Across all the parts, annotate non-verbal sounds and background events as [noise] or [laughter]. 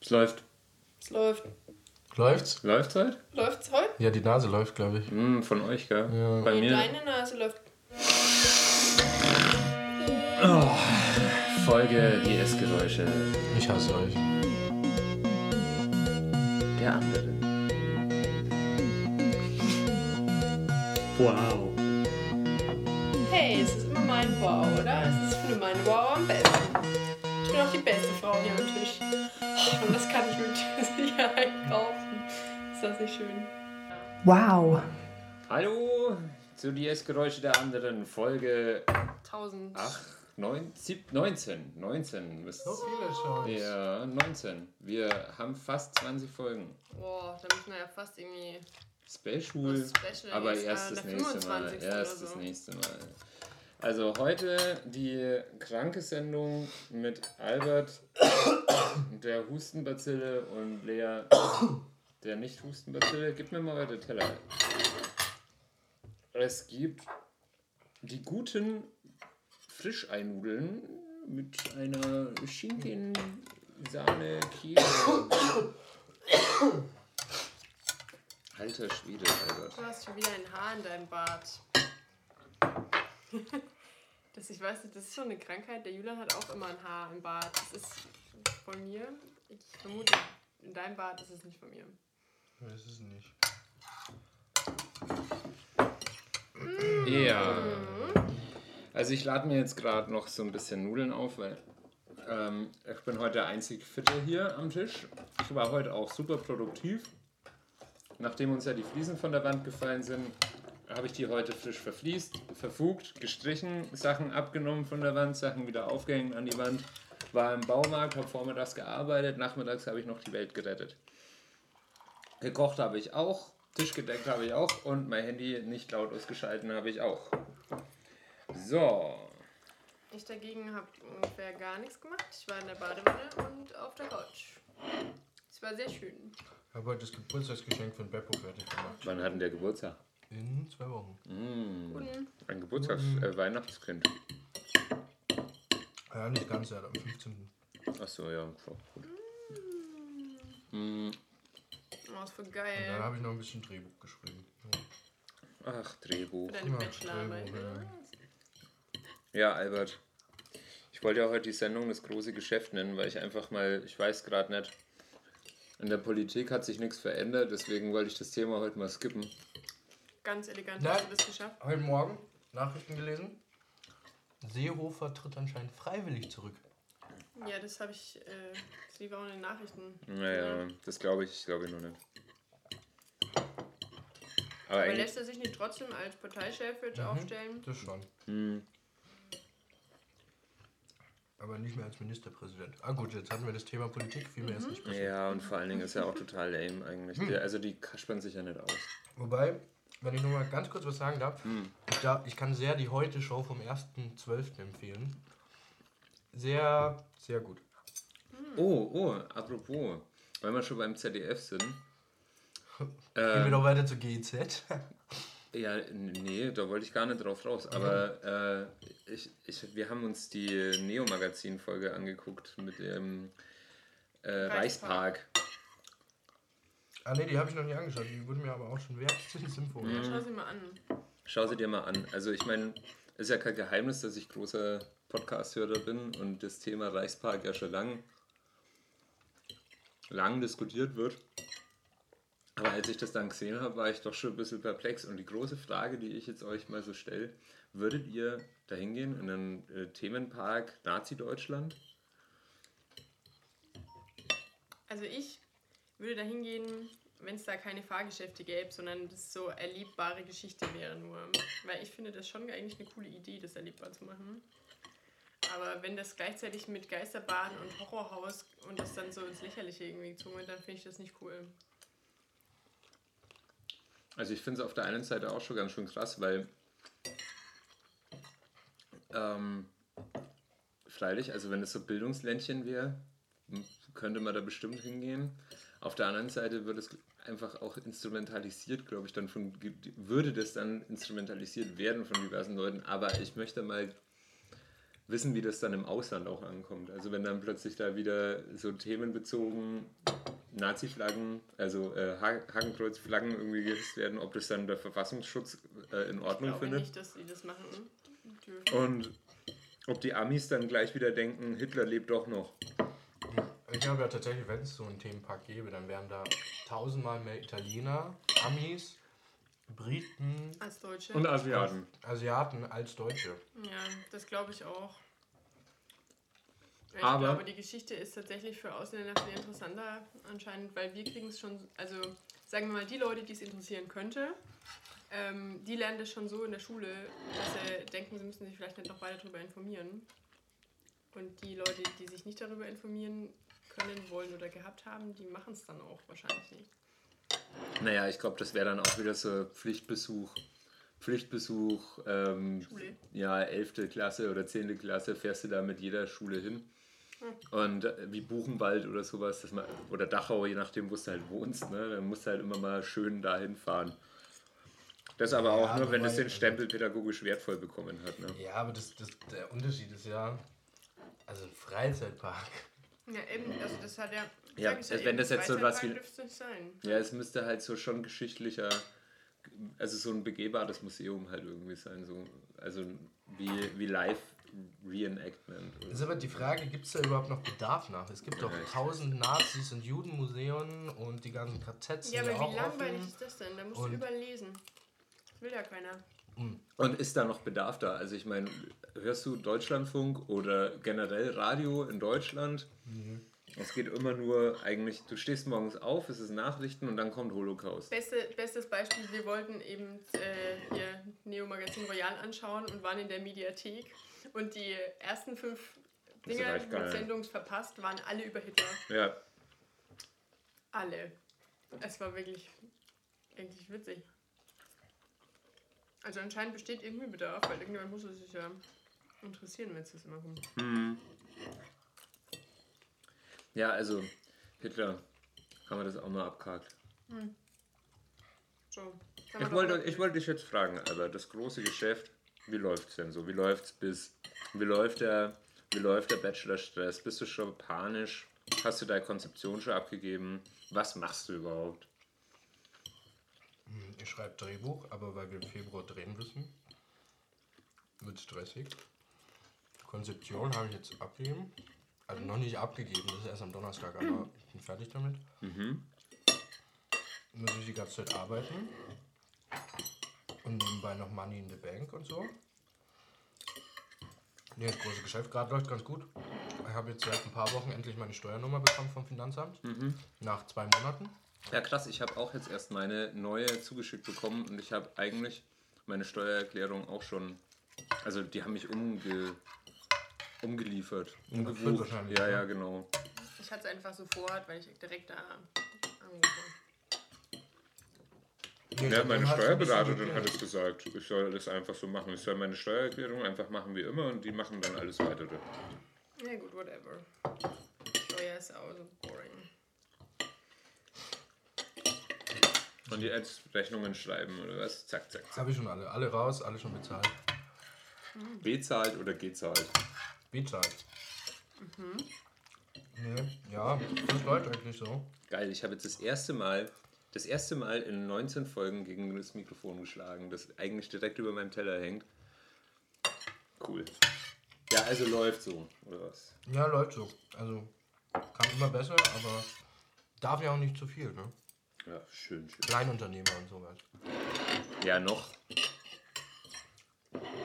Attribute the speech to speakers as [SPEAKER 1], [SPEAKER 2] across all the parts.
[SPEAKER 1] Es läuft.
[SPEAKER 2] Es läuft.
[SPEAKER 3] Läuft's?
[SPEAKER 1] Läuft's halt?
[SPEAKER 2] Läuft's heute?
[SPEAKER 3] Ja, die Nase läuft, glaube ich.
[SPEAKER 1] Mm, von euch, gell?
[SPEAKER 3] Ja.
[SPEAKER 1] Bei
[SPEAKER 2] Nee,
[SPEAKER 1] mir
[SPEAKER 2] Deine Nase läuft.
[SPEAKER 1] Folge die Essgeräusche
[SPEAKER 3] Ich hasse euch.
[SPEAKER 1] der anderen.
[SPEAKER 4] Wow.
[SPEAKER 2] Hey, es ist immer mein Wow, oder? Es ist für meine Wow am besten. Ich bin auch die beste Frau hier am Tisch. Oh, Und das kann ich mit [laughs] Sicherheit kaufen. Ist das nicht schön?
[SPEAKER 5] Wow.
[SPEAKER 1] Hallo zu die Essgeräusche der anderen. Folge
[SPEAKER 2] 1000.
[SPEAKER 1] 8, 9, 7, 19. 19 müsste es.
[SPEAKER 3] viele schon.
[SPEAKER 1] Ja, 19. Wir haben fast 20 Folgen.
[SPEAKER 2] Boah, da müssen wir ja fast irgendwie.
[SPEAKER 1] Special.
[SPEAKER 2] Was Special
[SPEAKER 1] aber
[SPEAKER 2] ist,
[SPEAKER 1] erst
[SPEAKER 2] äh,
[SPEAKER 1] das
[SPEAKER 2] der
[SPEAKER 1] nächste Mal.
[SPEAKER 2] 25.
[SPEAKER 1] Erst
[SPEAKER 2] oder
[SPEAKER 1] das
[SPEAKER 2] so.
[SPEAKER 1] nächste Mal. Also heute die kranke Sendung mit Albert, der Hustenbazille und Lea, der nicht Hustenbazille. Gib mir mal weiter Teller. Es gibt die guten Frischeinudeln mit einer Schinken, Sahne, Käse. Alter Schwede, Albert.
[SPEAKER 2] Du hast schon wieder ein Haar in deinem Bart. [laughs] Das, ich weiß nicht, das ist schon eine Krankheit. Der Julian hat auch immer ein Haar im Bart. Das ist von mir. Ich vermute, in deinem Bart ist es nicht von mir.
[SPEAKER 3] Weiß es nicht.
[SPEAKER 1] Ja. Also ich lade mir jetzt gerade noch so ein bisschen Nudeln auf, weil ähm, ich bin heute der einzig Fitte hier am Tisch. Ich war heute auch super produktiv. Nachdem uns ja die Fliesen von der Wand gefallen sind, habe ich die heute frisch verfließt, verfugt, gestrichen, Sachen abgenommen von der Wand, Sachen wieder aufgehängt an die Wand. War im Baumarkt, habe vormittags gearbeitet, nachmittags habe ich noch die Welt gerettet. Gekocht habe ich auch, Tisch gedeckt habe ich auch und mein Handy nicht lautlos geschalten habe ich auch. So,
[SPEAKER 2] Ich dagegen habe ungefähr gar nichts gemacht. Ich war in der Badewanne und auf der Couch. Es war sehr schön.
[SPEAKER 3] Ich habe heute das Geburtstagsgeschenk von Beppo fertig gemacht.
[SPEAKER 1] wann hat denn der Geburtstag?
[SPEAKER 3] In zwei Wochen.
[SPEAKER 2] Guten.
[SPEAKER 1] Mm. Ein Geburtstags-, äh, Weihnachtskind.
[SPEAKER 3] Ja, nicht ganz, ja, am 15.
[SPEAKER 1] Achso, ja, so, gut.
[SPEAKER 2] Oh, ist voll
[SPEAKER 3] Dann
[SPEAKER 2] geil.
[SPEAKER 3] habe ich noch ein bisschen Drehbuch geschrieben.
[SPEAKER 1] Ach, Drehbuch.
[SPEAKER 2] Deine Bachelorarbeit.
[SPEAKER 3] Drehbuch,
[SPEAKER 2] ne?
[SPEAKER 1] Ja, Albert. Ich wollte ja heute die Sendung Das große Geschäft nennen, weil ich einfach mal, ich weiß gerade nicht, in der Politik hat sich nichts verändert, deswegen wollte ich das Thema heute mal skippen.
[SPEAKER 2] Ganz elegant
[SPEAKER 3] Nein.
[SPEAKER 2] hast du das geschafft.
[SPEAKER 3] Heute Morgen Nachrichten gelesen. Seehofer tritt anscheinend freiwillig zurück.
[SPEAKER 2] Ja, das habe ich. Äh, das lief auch in den Nachrichten.
[SPEAKER 1] Naja, das glaube ich, glaube ich noch nicht. Aber
[SPEAKER 2] Aber
[SPEAKER 1] eigentlich,
[SPEAKER 2] lässt er sich nicht trotzdem als Parteichef jetzt aufstellen?
[SPEAKER 3] Mhm. Das schon.
[SPEAKER 1] hm,
[SPEAKER 3] Aber nicht mehr als Ministerpräsident. Ah gut, jetzt hatten wir das Thema Politik, viel mehr
[SPEAKER 2] Mhm.
[SPEAKER 3] ist nicht passiert.
[SPEAKER 1] ja, und vor allen Dingen ist ja auch total lame eigentlich.
[SPEAKER 3] Hm.
[SPEAKER 1] Der- Also die kaspernt sich ja nicht aus.
[SPEAKER 3] Wobei, wenn ich nochmal ganz kurz was sagen darf, ich, darf ich kann sehr die Heute-Show vom 1.12. empfehlen. Sehr, sehr gut.
[SPEAKER 1] Oh, oh, apropos, weil wir schon beim ZDF sind.
[SPEAKER 3] [laughs] Gehen wir
[SPEAKER 1] Ähm,
[SPEAKER 3] doch weiter zu E GEZ.
[SPEAKER 1] ja, n- nee, da wollte ich gar nicht drauf raus. Aber äh, ich, ich, wir haben uns die Neo-Magazin-Folge angeguckt mit dem äh, Reichspark.
[SPEAKER 2] Reichspark.
[SPEAKER 3] ah ne, die habe ich noch nicht angeschaut. Die wurde mir aber auch schon wärmstens empfohlen.
[SPEAKER 2] Schau sie mal an.
[SPEAKER 1] Schau sie dir mal an. Also ich meine, ist ja kein Geheimnis, dass ich großer Podcast-Hörer bin und das Thema Reichspark ja schon lang, lang diskutiert wird. Aber als ich das dann gesehen habe, war ich doch schon ein bisschen perplex. Und die große Frage, die ich jetzt euch mal so stelle, würdet ihr da hingehen in einen äh, Themenpark Nazi-Deutschland?
[SPEAKER 2] Also ich würde da hingehen, wenn es da keine Fahrgeschäfte gäbe, sondern das so erlebbare Geschichte wäre nur. Weil ich finde das schon eigentlich eine coole Idee, das erlebbar zu machen. Aber wenn das gleichzeitig mit Geisterbahn und Horrorhaus und das dann so ins Lächerliche irgendwie gezogen wird, dann finde ich das nicht cool.
[SPEAKER 1] Also ich finde es auf der einen Seite auch schon ganz schön krass, weil ähm, freilich, also wenn es so Bildungsländchen wäre, m- könnte man da bestimmt hingehen. Auf der anderen Seite wird es einfach auch instrumentalisiert, glaube ich, dann von ge- würde das dann instrumentalisiert werden von diversen Leuten. Aber ich möchte mal wissen, wie das dann im Ausland auch ankommt. Also wenn dann plötzlich da wieder so themenbezogen Nazi-Flaggen, also äh, Ha- Hakenkreuz-Flaggen irgendwie gehisst werden, ob das dann der Verfassungsschutz äh, in
[SPEAKER 2] Ich
[SPEAKER 1] Ordnung
[SPEAKER 2] glaube
[SPEAKER 1] findet.
[SPEAKER 2] nicht, dass die das machen dürfen.
[SPEAKER 1] Und ob die Amis dann gleich wieder denken, Hitler lebt doch noch.
[SPEAKER 3] Ich glaube ja tatsächlich, wenn es so einen Themenpark gäbe, dann wären da tausendmal mehr Italiener, Amis, Briten,
[SPEAKER 2] Als Deutsche?
[SPEAKER 1] Und Asiaten.
[SPEAKER 3] Asiaten als Deutsche.
[SPEAKER 2] Ja, das glaube ich auch. Ich
[SPEAKER 1] Aber-
[SPEAKER 2] glaube, die Geschichte ist tatsächlich für Ausländer viel interessanter anscheinend, weil wir kriegen es schon, also sagen wir mal, die Leute, die es interessieren könnte, ähm, die lernen das schon so in der Schule, dass sie denken, sie müssen sich vielleicht nicht noch weiter darüber informieren. Und die Leute, die sich nicht darüber informieren können, wollen oder gehabt haben, die machen es dann auch wahrscheinlich nicht.
[SPEAKER 1] Naja, ich glaube, das wäre dann auch wieder so Pflichtbesuch. Pflichtbesuch, ähm,
[SPEAKER 2] Schule.
[SPEAKER 1] ja, 11. Klasse oder 10. Klasse fährst du da mit jeder Schule hin. Und äh, wie Buchenwald oder sowas, dass man, oder Dachau, je nachdem, wo du halt wohnst, ne, dann musst du halt immer mal schön dahin fahren. Das aber auch
[SPEAKER 3] Ja,
[SPEAKER 1] nur, wenn
[SPEAKER 3] wobei-
[SPEAKER 1] es den Stempel pädagogisch wertvoll bekommen hat. Ne?
[SPEAKER 3] Ja, aber das, das, der Unterschied ist ja, also ein Freizeitpark.
[SPEAKER 2] Ja, eben, also das hat ja.
[SPEAKER 1] Ja,
[SPEAKER 2] sag ich
[SPEAKER 1] also wenn das jetzt so
[SPEAKER 2] Freizeitpark
[SPEAKER 1] was wie-
[SPEAKER 2] dürfte es sein.
[SPEAKER 1] Ja, es müsste halt so schon geschichtlicher, also so ein begehbares Museum halt irgendwie sein, so, also wie, wie Live Reenactment. oder
[SPEAKER 3] Ist aber die Frage, gibt es da überhaupt noch Bedarf nach? Es gibt doch
[SPEAKER 1] Ja, ich-
[SPEAKER 3] tausend Nazis und Judenmuseen und die ganzen KZs
[SPEAKER 2] Ja,
[SPEAKER 3] sind ja
[SPEAKER 2] aber wie
[SPEAKER 3] auch
[SPEAKER 2] langweilig
[SPEAKER 3] offen.
[SPEAKER 2] ist das denn? Da musst
[SPEAKER 3] Und-
[SPEAKER 2] du überall lesen. Das will ja keiner.
[SPEAKER 1] Und ist da noch Bedarf da? Also ich meine, hörst du Deutschlandfunk oder generell Radio in Deutschland? Es geht immer nur eigentlich, du stehst morgens auf, es ist Nachrichten und dann kommt Holocaust.
[SPEAKER 2] Beste, bestes Beispiel, wir wollten eben äh, hier Neo Magazin Royal anschauen und waren in der Mediathek und die ersten fünf
[SPEAKER 1] ist
[SPEAKER 2] Dinger,
[SPEAKER 1] echt geil.
[SPEAKER 2] die Sendung verpasst, waren alle über Hitler.
[SPEAKER 1] Ja,
[SPEAKER 2] Alle. Es war wirklich, wirklich witzig. Also anscheinend besteht irgendwie Bedarf, weil irgendjemand muss es sich ja interessieren, wenn es das immer kommt.
[SPEAKER 1] ja also Hitler, haben wir das auch mal abgehakt.
[SPEAKER 2] So, jetzt haben wir
[SPEAKER 1] Ich
[SPEAKER 2] doch
[SPEAKER 1] wollte,
[SPEAKER 2] mal-
[SPEAKER 1] ich wollte dich jetzt fragen, aber das große Geschäft, wie läuft's denn so? Wie läuft's bis, wie läuft der, wie läuft der Bachelorstress? Bist du schon panisch? Hast du deine Konzeption schon abgegeben? Was machst du überhaupt?
[SPEAKER 3] Hm, Ich schreibe Drehbuch, aber weil wir im Februar drehen müssen, wird stressig. Konzeption habe ich jetzt abgegeben. Also noch nicht abgegeben, das ist erst am Donnerstag, aber ich bin fertig damit.
[SPEAKER 1] Mhm.
[SPEAKER 3] Muss ich die ganze Zeit arbeiten. Und nebenbei noch Money in the Bank und so. Nee, das große Geschäft gerade läuft ganz gut. Ich habe jetzt seit ein paar Wochen endlich meine Steuernummer bekommen vom Finanzamt.
[SPEAKER 1] Mhm.
[SPEAKER 3] Nach zwei Monaten.
[SPEAKER 1] Ja, krass, ich habe auch jetzt erst meine neue zugeschickt bekommen und ich habe eigentlich meine Steuererklärung auch schon. Also, die haben mich umge, umgeliefert.
[SPEAKER 3] wird
[SPEAKER 1] Umgebucht.
[SPEAKER 3] wahrscheinlich,
[SPEAKER 1] Ja,
[SPEAKER 3] ne?
[SPEAKER 1] ja, genau.
[SPEAKER 2] Ich hatte es einfach sofort, weil ich direkt da angerufen habe.
[SPEAKER 3] Nee,
[SPEAKER 1] Ja,
[SPEAKER 3] seitdem
[SPEAKER 1] meine
[SPEAKER 3] hat's Also, ein bisschen
[SPEAKER 1] Steuerberaterin
[SPEAKER 3] geklappt.
[SPEAKER 1] hat es gesagt, ich soll das einfach so machen. Ich soll meine Steuererklärung einfach machen wie immer und die machen dann alles weitere.
[SPEAKER 2] Na gut, whatever. Steuer ist auch so boring.
[SPEAKER 1] Und die Ads-Rechnungen schreiben oder was? Zack, zack, zack.
[SPEAKER 3] Habe ich schon alle. Alle raus, alle schon bezahlt.
[SPEAKER 1] Bezahlt oder gezahlt?
[SPEAKER 3] Bezahlt.
[SPEAKER 1] Mhm.
[SPEAKER 3] Nee, ja, das läuft eigentlich so.
[SPEAKER 1] Geil, ich habe jetzt das erste Mal, das erste Mal in 19 Folgen gegen das Mikrofon geschlagen, das eigentlich direkt über meinem Teller hängt. Cool. Ja, also läuft so, oder was?
[SPEAKER 3] Ja, läuft so. Also, kann immer besser, aber darf ja auch nicht zu viel, ne?
[SPEAKER 1] Ja, schön, schön.
[SPEAKER 3] Kleinunternehmer und sowas.
[SPEAKER 1] Ja, noch.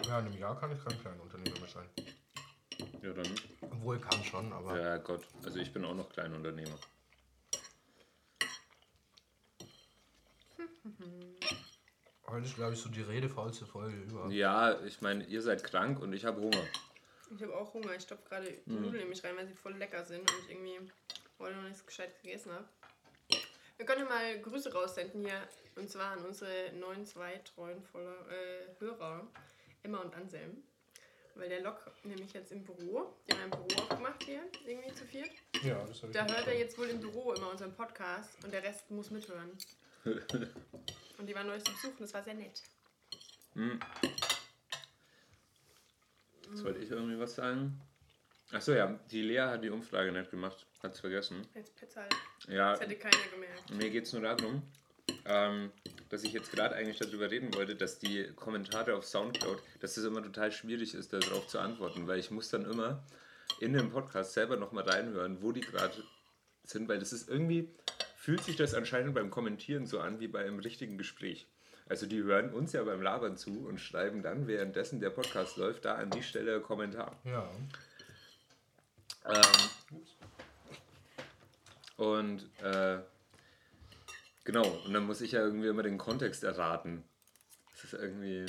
[SPEAKER 3] Ja, in einem Jahr kann ich kein Kleinunternehmer mehr sein.
[SPEAKER 1] Ja, dann.
[SPEAKER 3] Obwohl, kann schon, aber
[SPEAKER 1] Ja, Gott. Also ich bin auch noch Kleinunternehmer.
[SPEAKER 3] heute ist, glaube ich, so die redefaulste Folge über.
[SPEAKER 1] Ja, ich meine, ihr seid krank und ich habe Hunger.
[SPEAKER 2] Ich habe auch Hunger. Ich stopfe gerade die Nudeln nämlich rein, weil sie voll lecker sind und ich irgendwie heute noch nichts gescheit gegessen habe. Wir können ja mal Grüße raussenden hier. Und zwar an unsere neuen, zwei treuen Voller, äh, Hörer, Emma und Anselm. Weil der Lok nämlich jetzt im Büro, den haben wir im Büro aufgemacht hier, irgendwie zu viert.
[SPEAKER 3] Ja, das habe
[SPEAKER 2] Da hört er jetzt wohl im Büro immer unseren Podcast und der Rest muss mithören. und
[SPEAKER 1] Hm.
[SPEAKER 2] die waren neulich zu Besuch und das war sehr nett.
[SPEAKER 1] Sollte ich irgendwie was sagen? Achso, ja, die Lea hat die Umfrage nicht gemacht. Hat's vergessen.
[SPEAKER 2] Als Pizza halt.
[SPEAKER 1] Ja,
[SPEAKER 2] Das hätte keiner gemerkt.
[SPEAKER 1] mir geht's nur darum, ähm, dass ich jetzt gerade eigentlich darüber reden wollte, dass die Kommentare auf Soundcloud, dass es immer total schwierig ist, darauf zu antworten, weil ich muss dann immer in dem Podcast selber nochmal reinhören, wo die gerade sind, weil das ist irgendwie, fühlt sich das anscheinend beim Kommentieren so an wie bei einem richtigen Gespräch. Also die hören uns ja beim Labern zu und schreiben dann, währenddessen der Podcast läuft, da an die Stelle Kommentar.
[SPEAKER 3] Ja.
[SPEAKER 1] Ähm, und äh, genau, und dann muss ich ja irgendwie immer den Kontext erraten. Das ist irgendwie.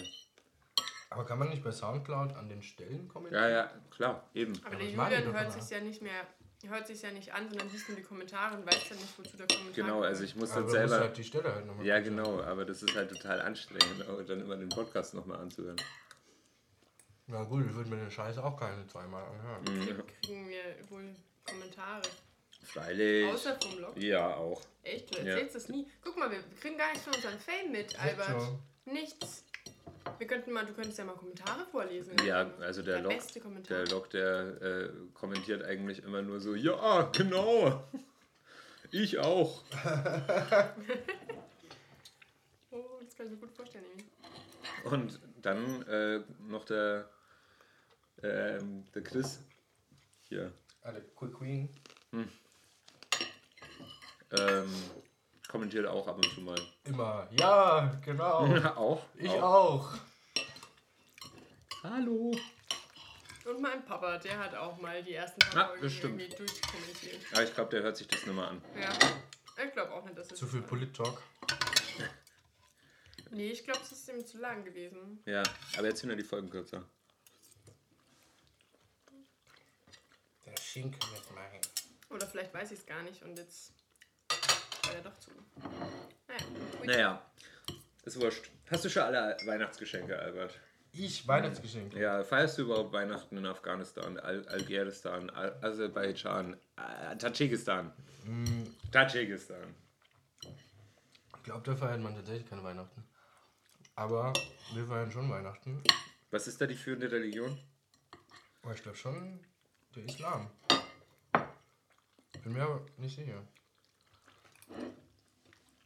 [SPEAKER 3] Aber kann man nicht bei Soundcloud an den Stellen
[SPEAKER 1] Ja,
[SPEAKER 3] kommentieren?
[SPEAKER 1] ja, klar, eben.
[SPEAKER 2] Aber
[SPEAKER 3] Aber
[SPEAKER 2] der
[SPEAKER 3] das mag ich
[SPEAKER 2] Julian
[SPEAKER 3] doch
[SPEAKER 2] hört
[SPEAKER 3] immer.
[SPEAKER 2] sich ja nicht mehr, hört sich ja nicht an, sondern liest nur die Kommentare und weiß dann nicht, wozu der Kommentar
[SPEAKER 1] Genau,
[SPEAKER 2] gehört.
[SPEAKER 1] also ich muss
[SPEAKER 3] Aber
[SPEAKER 1] dann
[SPEAKER 3] du musst
[SPEAKER 1] selber.
[SPEAKER 3] halt die Stelle halt nochmal
[SPEAKER 1] ja, genau, aber das ist halt total anstrengend, auch dann immer den Podcast nochmal anzuhören.
[SPEAKER 3] Na gut, ich würde mir den Scheiß auch keine zweimal anhören.
[SPEAKER 1] Mhm.
[SPEAKER 2] Krieg- kriegen wir wohl Kommentare.
[SPEAKER 1] Freilich.
[SPEAKER 2] Außer vom Blog.
[SPEAKER 1] Ja, auch.
[SPEAKER 2] Echt, du
[SPEAKER 1] Ja.
[SPEAKER 2] erzählst das nie. Guck mal, wir kriegen gar nichts von unseren Fan mit, Albert.
[SPEAKER 3] so.
[SPEAKER 2] Nichts. Wir könnten mal, du könntest ja mal Kommentare vorlesen.
[SPEAKER 1] Ja, also der
[SPEAKER 2] der
[SPEAKER 1] Log,
[SPEAKER 2] beste Kommentar.
[SPEAKER 1] der Log, der äh, kommentiert eigentlich immer nur so, ja, genau. Ich auch.
[SPEAKER 2] Oh, das kann ich mir gut vorstellen, Emil.
[SPEAKER 1] Und dann äh, noch der, ähm, der Chris hier.
[SPEAKER 3] Alle Quick Queen.
[SPEAKER 1] Ähm, kommentiert auch ab und zu mal. [laughs]
[SPEAKER 3] Immer. Ja, genau.
[SPEAKER 1] auch?
[SPEAKER 3] Ich auch.
[SPEAKER 1] Hallo.
[SPEAKER 2] Und mein Papa, der hat auch mal die ersten paar
[SPEAKER 1] Ah,
[SPEAKER 2] Folgen
[SPEAKER 1] das stimmt.
[SPEAKER 2] irgendwie durchkommentiert.
[SPEAKER 1] Ja, Ah, ich glaube, der hört sich das nicht mal an.
[SPEAKER 2] Ja. Ich glaube auch nicht, dass es.
[SPEAKER 3] Zu viel Polit-Talk.
[SPEAKER 2] Nee, ich glaube, es ist ihm zu lang gewesen.
[SPEAKER 1] Ja, aber jetzt sind ja die Folgen kürzer.
[SPEAKER 3] Der Schinken ist mein.
[SPEAKER 2] Oder vielleicht weiß ich es gar nicht und jetzt war er doch zu. Naja. Ui.
[SPEAKER 1] Naja, ist wurscht. Hast du schon alle Weihnachtsgeschenke, Albert?
[SPEAKER 3] Ich Weihnachtsgeschenk.
[SPEAKER 1] Ja, feierst du überhaupt Weihnachten in Afghanistan, Al Algeristan, Al Aserbaidschan, äh, Tadschikistan? Tadschikistan.
[SPEAKER 3] Ich glaube, da feiert man tatsächlich keine Weihnachten. Aber wir feiern schon Weihnachten.
[SPEAKER 1] Was ist da die führende Religion?
[SPEAKER 3] Aber ich glaube schon der Islam. Bin mir aber nicht sicher.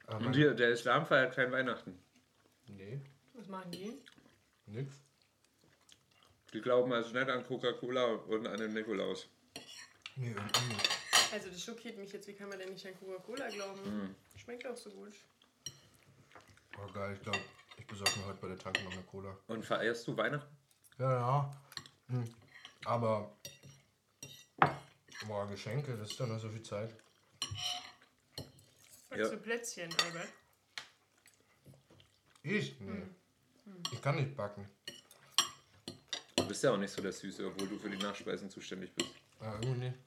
[SPEAKER 3] Aber
[SPEAKER 1] Und die, der Islam feiert kein Weihnachten.
[SPEAKER 3] Nee,
[SPEAKER 2] Was machen die?
[SPEAKER 3] nix.
[SPEAKER 1] Die glauben also nicht an Coca-Cola und an den Nikolaus.
[SPEAKER 3] Nee, irgendwie nicht.
[SPEAKER 2] Also, das schockiert mich jetzt. Wie kann man denn nicht an Coca-Cola glauben?
[SPEAKER 1] Hm.
[SPEAKER 2] Schmeckt auch so gut.
[SPEAKER 3] Oh geil, ich glaube, ich besorge mir heute bei der Tanke noch eine Cola.
[SPEAKER 1] Und feierst du Weihnachten?
[SPEAKER 3] Ja, ja. Hm. Aber. Boah, Geschenke, das ist doch noch so viel Zeit.
[SPEAKER 2] Backst
[SPEAKER 1] Ja.
[SPEAKER 2] du Plätzchen, Albert?
[SPEAKER 3] Ich? Nee. Ich kann nicht backen.
[SPEAKER 1] Du bist ja auch nicht so der Süße, obwohl du für die Nachspeisen zuständig bist.
[SPEAKER 3] Ja, irgendwie nicht. Ah,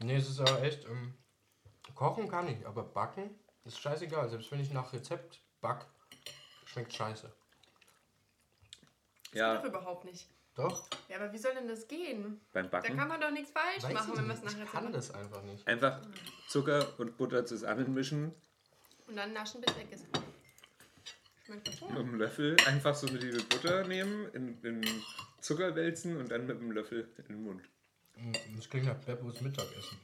[SPEAKER 3] Nee, es ist aber echt. Ähm, kochen kann ich, aber backen ist scheißegal. Selbst wenn ich nach Rezept back, schmeckt scheiße.
[SPEAKER 2] Doch
[SPEAKER 1] Ja,
[SPEAKER 2] überhaupt nicht.
[SPEAKER 3] Doch?
[SPEAKER 2] Ja, aber wie soll denn das gehen?
[SPEAKER 1] beim
[SPEAKER 2] Da kann
[SPEAKER 1] Backen.
[SPEAKER 2] man doch nichts falsch
[SPEAKER 3] Weiß
[SPEAKER 2] machen,
[SPEAKER 3] ich
[SPEAKER 2] wenn man
[SPEAKER 3] nicht.
[SPEAKER 2] es nachher
[SPEAKER 3] Ich kann
[SPEAKER 2] macht.
[SPEAKER 3] das einfach nicht.
[SPEAKER 1] Einfach Zucker und Butter zusammenmischen
[SPEAKER 2] Und dann naschen bis weg ist. Schmeckt doch
[SPEAKER 1] mit
[SPEAKER 2] gut.
[SPEAKER 1] dem Löffel. Einfach so eine Liebe Butter nehmen, in, in Zucker wälzen und dann mit dem Löffel in den Mund.
[SPEAKER 3] Hm, Das klingt nach Beppos Mittagessen.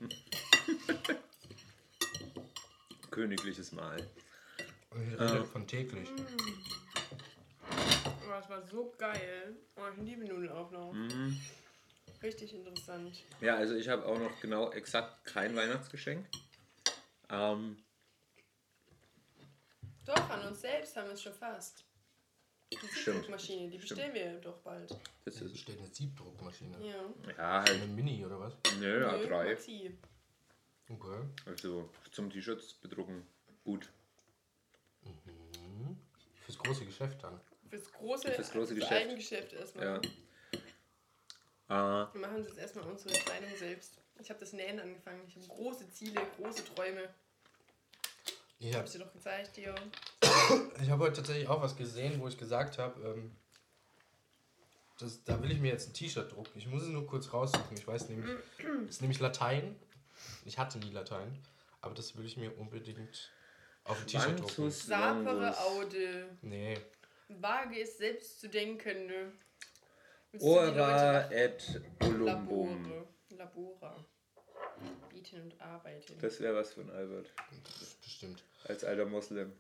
[SPEAKER 1] Königliches Mahl.
[SPEAKER 3] Und ich rede von täglich.
[SPEAKER 2] Oh, das war so geil. Oh, ich liebe Nudelauflauf.
[SPEAKER 1] Mhm.
[SPEAKER 2] Richtig interessant.
[SPEAKER 1] Ja, also ich habe auch noch genau exakt kein Weihnachtsgeschenk. Ähm,
[SPEAKER 2] Doch, an uns selbst haben wir es schon fast. Die
[SPEAKER 1] Stimmt.
[SPEAKER 2] Siebdruckmaschine, die
[SPEAKER 1] Stimmt.
[SPEAKER 2] bestellen wir doch bald.
[SPEAKER 1] das
[SPEAKER 3] Da
[SPEAKER 1] ist,
[SPEAKER 3] steht eine Siebdruckmaschine.
[SPEAKER 2] Ja.
[SPEAKER 1] ja,
[SPEAKER 3] Eine
[SPEAKER 1] halt.
[SPEAKER 3] Mini oder was?
[SPEAKER 1] Nö, ja,
[SPEAKER 2] Nö,
[SPEAKER 1] drei.
[SPEAKER 2] Maxi.
[SPEAKER 3] Okay.
[SPEAKER 1] Also zum T-Shirts bedrucken. Gut.
[SPEAKER 3] Hm. Fürs große Geschäft dann.
[SPEAKER 2] Fürs große,
[SPEAKER 1] Fürs große
[SPEAKER 2] fürs
[SPEAKER 1] Geschäft.
[SPEAKER 2] Eigengeschäft erstmal.
[SPEAKER 1] Ja. Äh,
[SPEAKER 2] Wir machen uns jetzt erstmal unsere Kleidung selbst. Ich habe das Nähen angefangen. Ich habe große Ziele, große Träume.
[SPEAKER 3] Ich
[SPEAKER 2] Ich
[SPEAKER 3] habe
[SPEAKER 2] habe dir doch gezeigt, Theo.
[SPEAKER 3] Ich habe heute tatsächlich auch was gesehen, wo ich gesagt habe, ähm, das- da will ich mir jetzt ein T-Shirt drucken. Ich muss es nur kurz raussuchen. Ich weiß nämlich, es ist nämlich Latein. Ich hatte nie Latein, aber das will ich mir unbedingt auf ein T-Shirt drucken.
[SPEAKER 1] Schwanzus
[SPEAKER 2] Sapere
[SPEAKER 1] longus.
[SPEAKER 2] Aude.
[SPEAKER 3] Nee,
[SPEAKER 2] Wage es selbst zu denken. ne? Willst du die Leute
[SPEAKER 1] Ora
[SPEAKER 2] nach
[SPEAKER 1] et Olumbum.
[SPEAKER 2] Labore, Labora bieten und arbeiten.
[SPEAKER 1] Das wäre was von Albert.
[SPEAKER 3] Das ist bestimmt.
[SPEAKER 1] Als alter Moslem.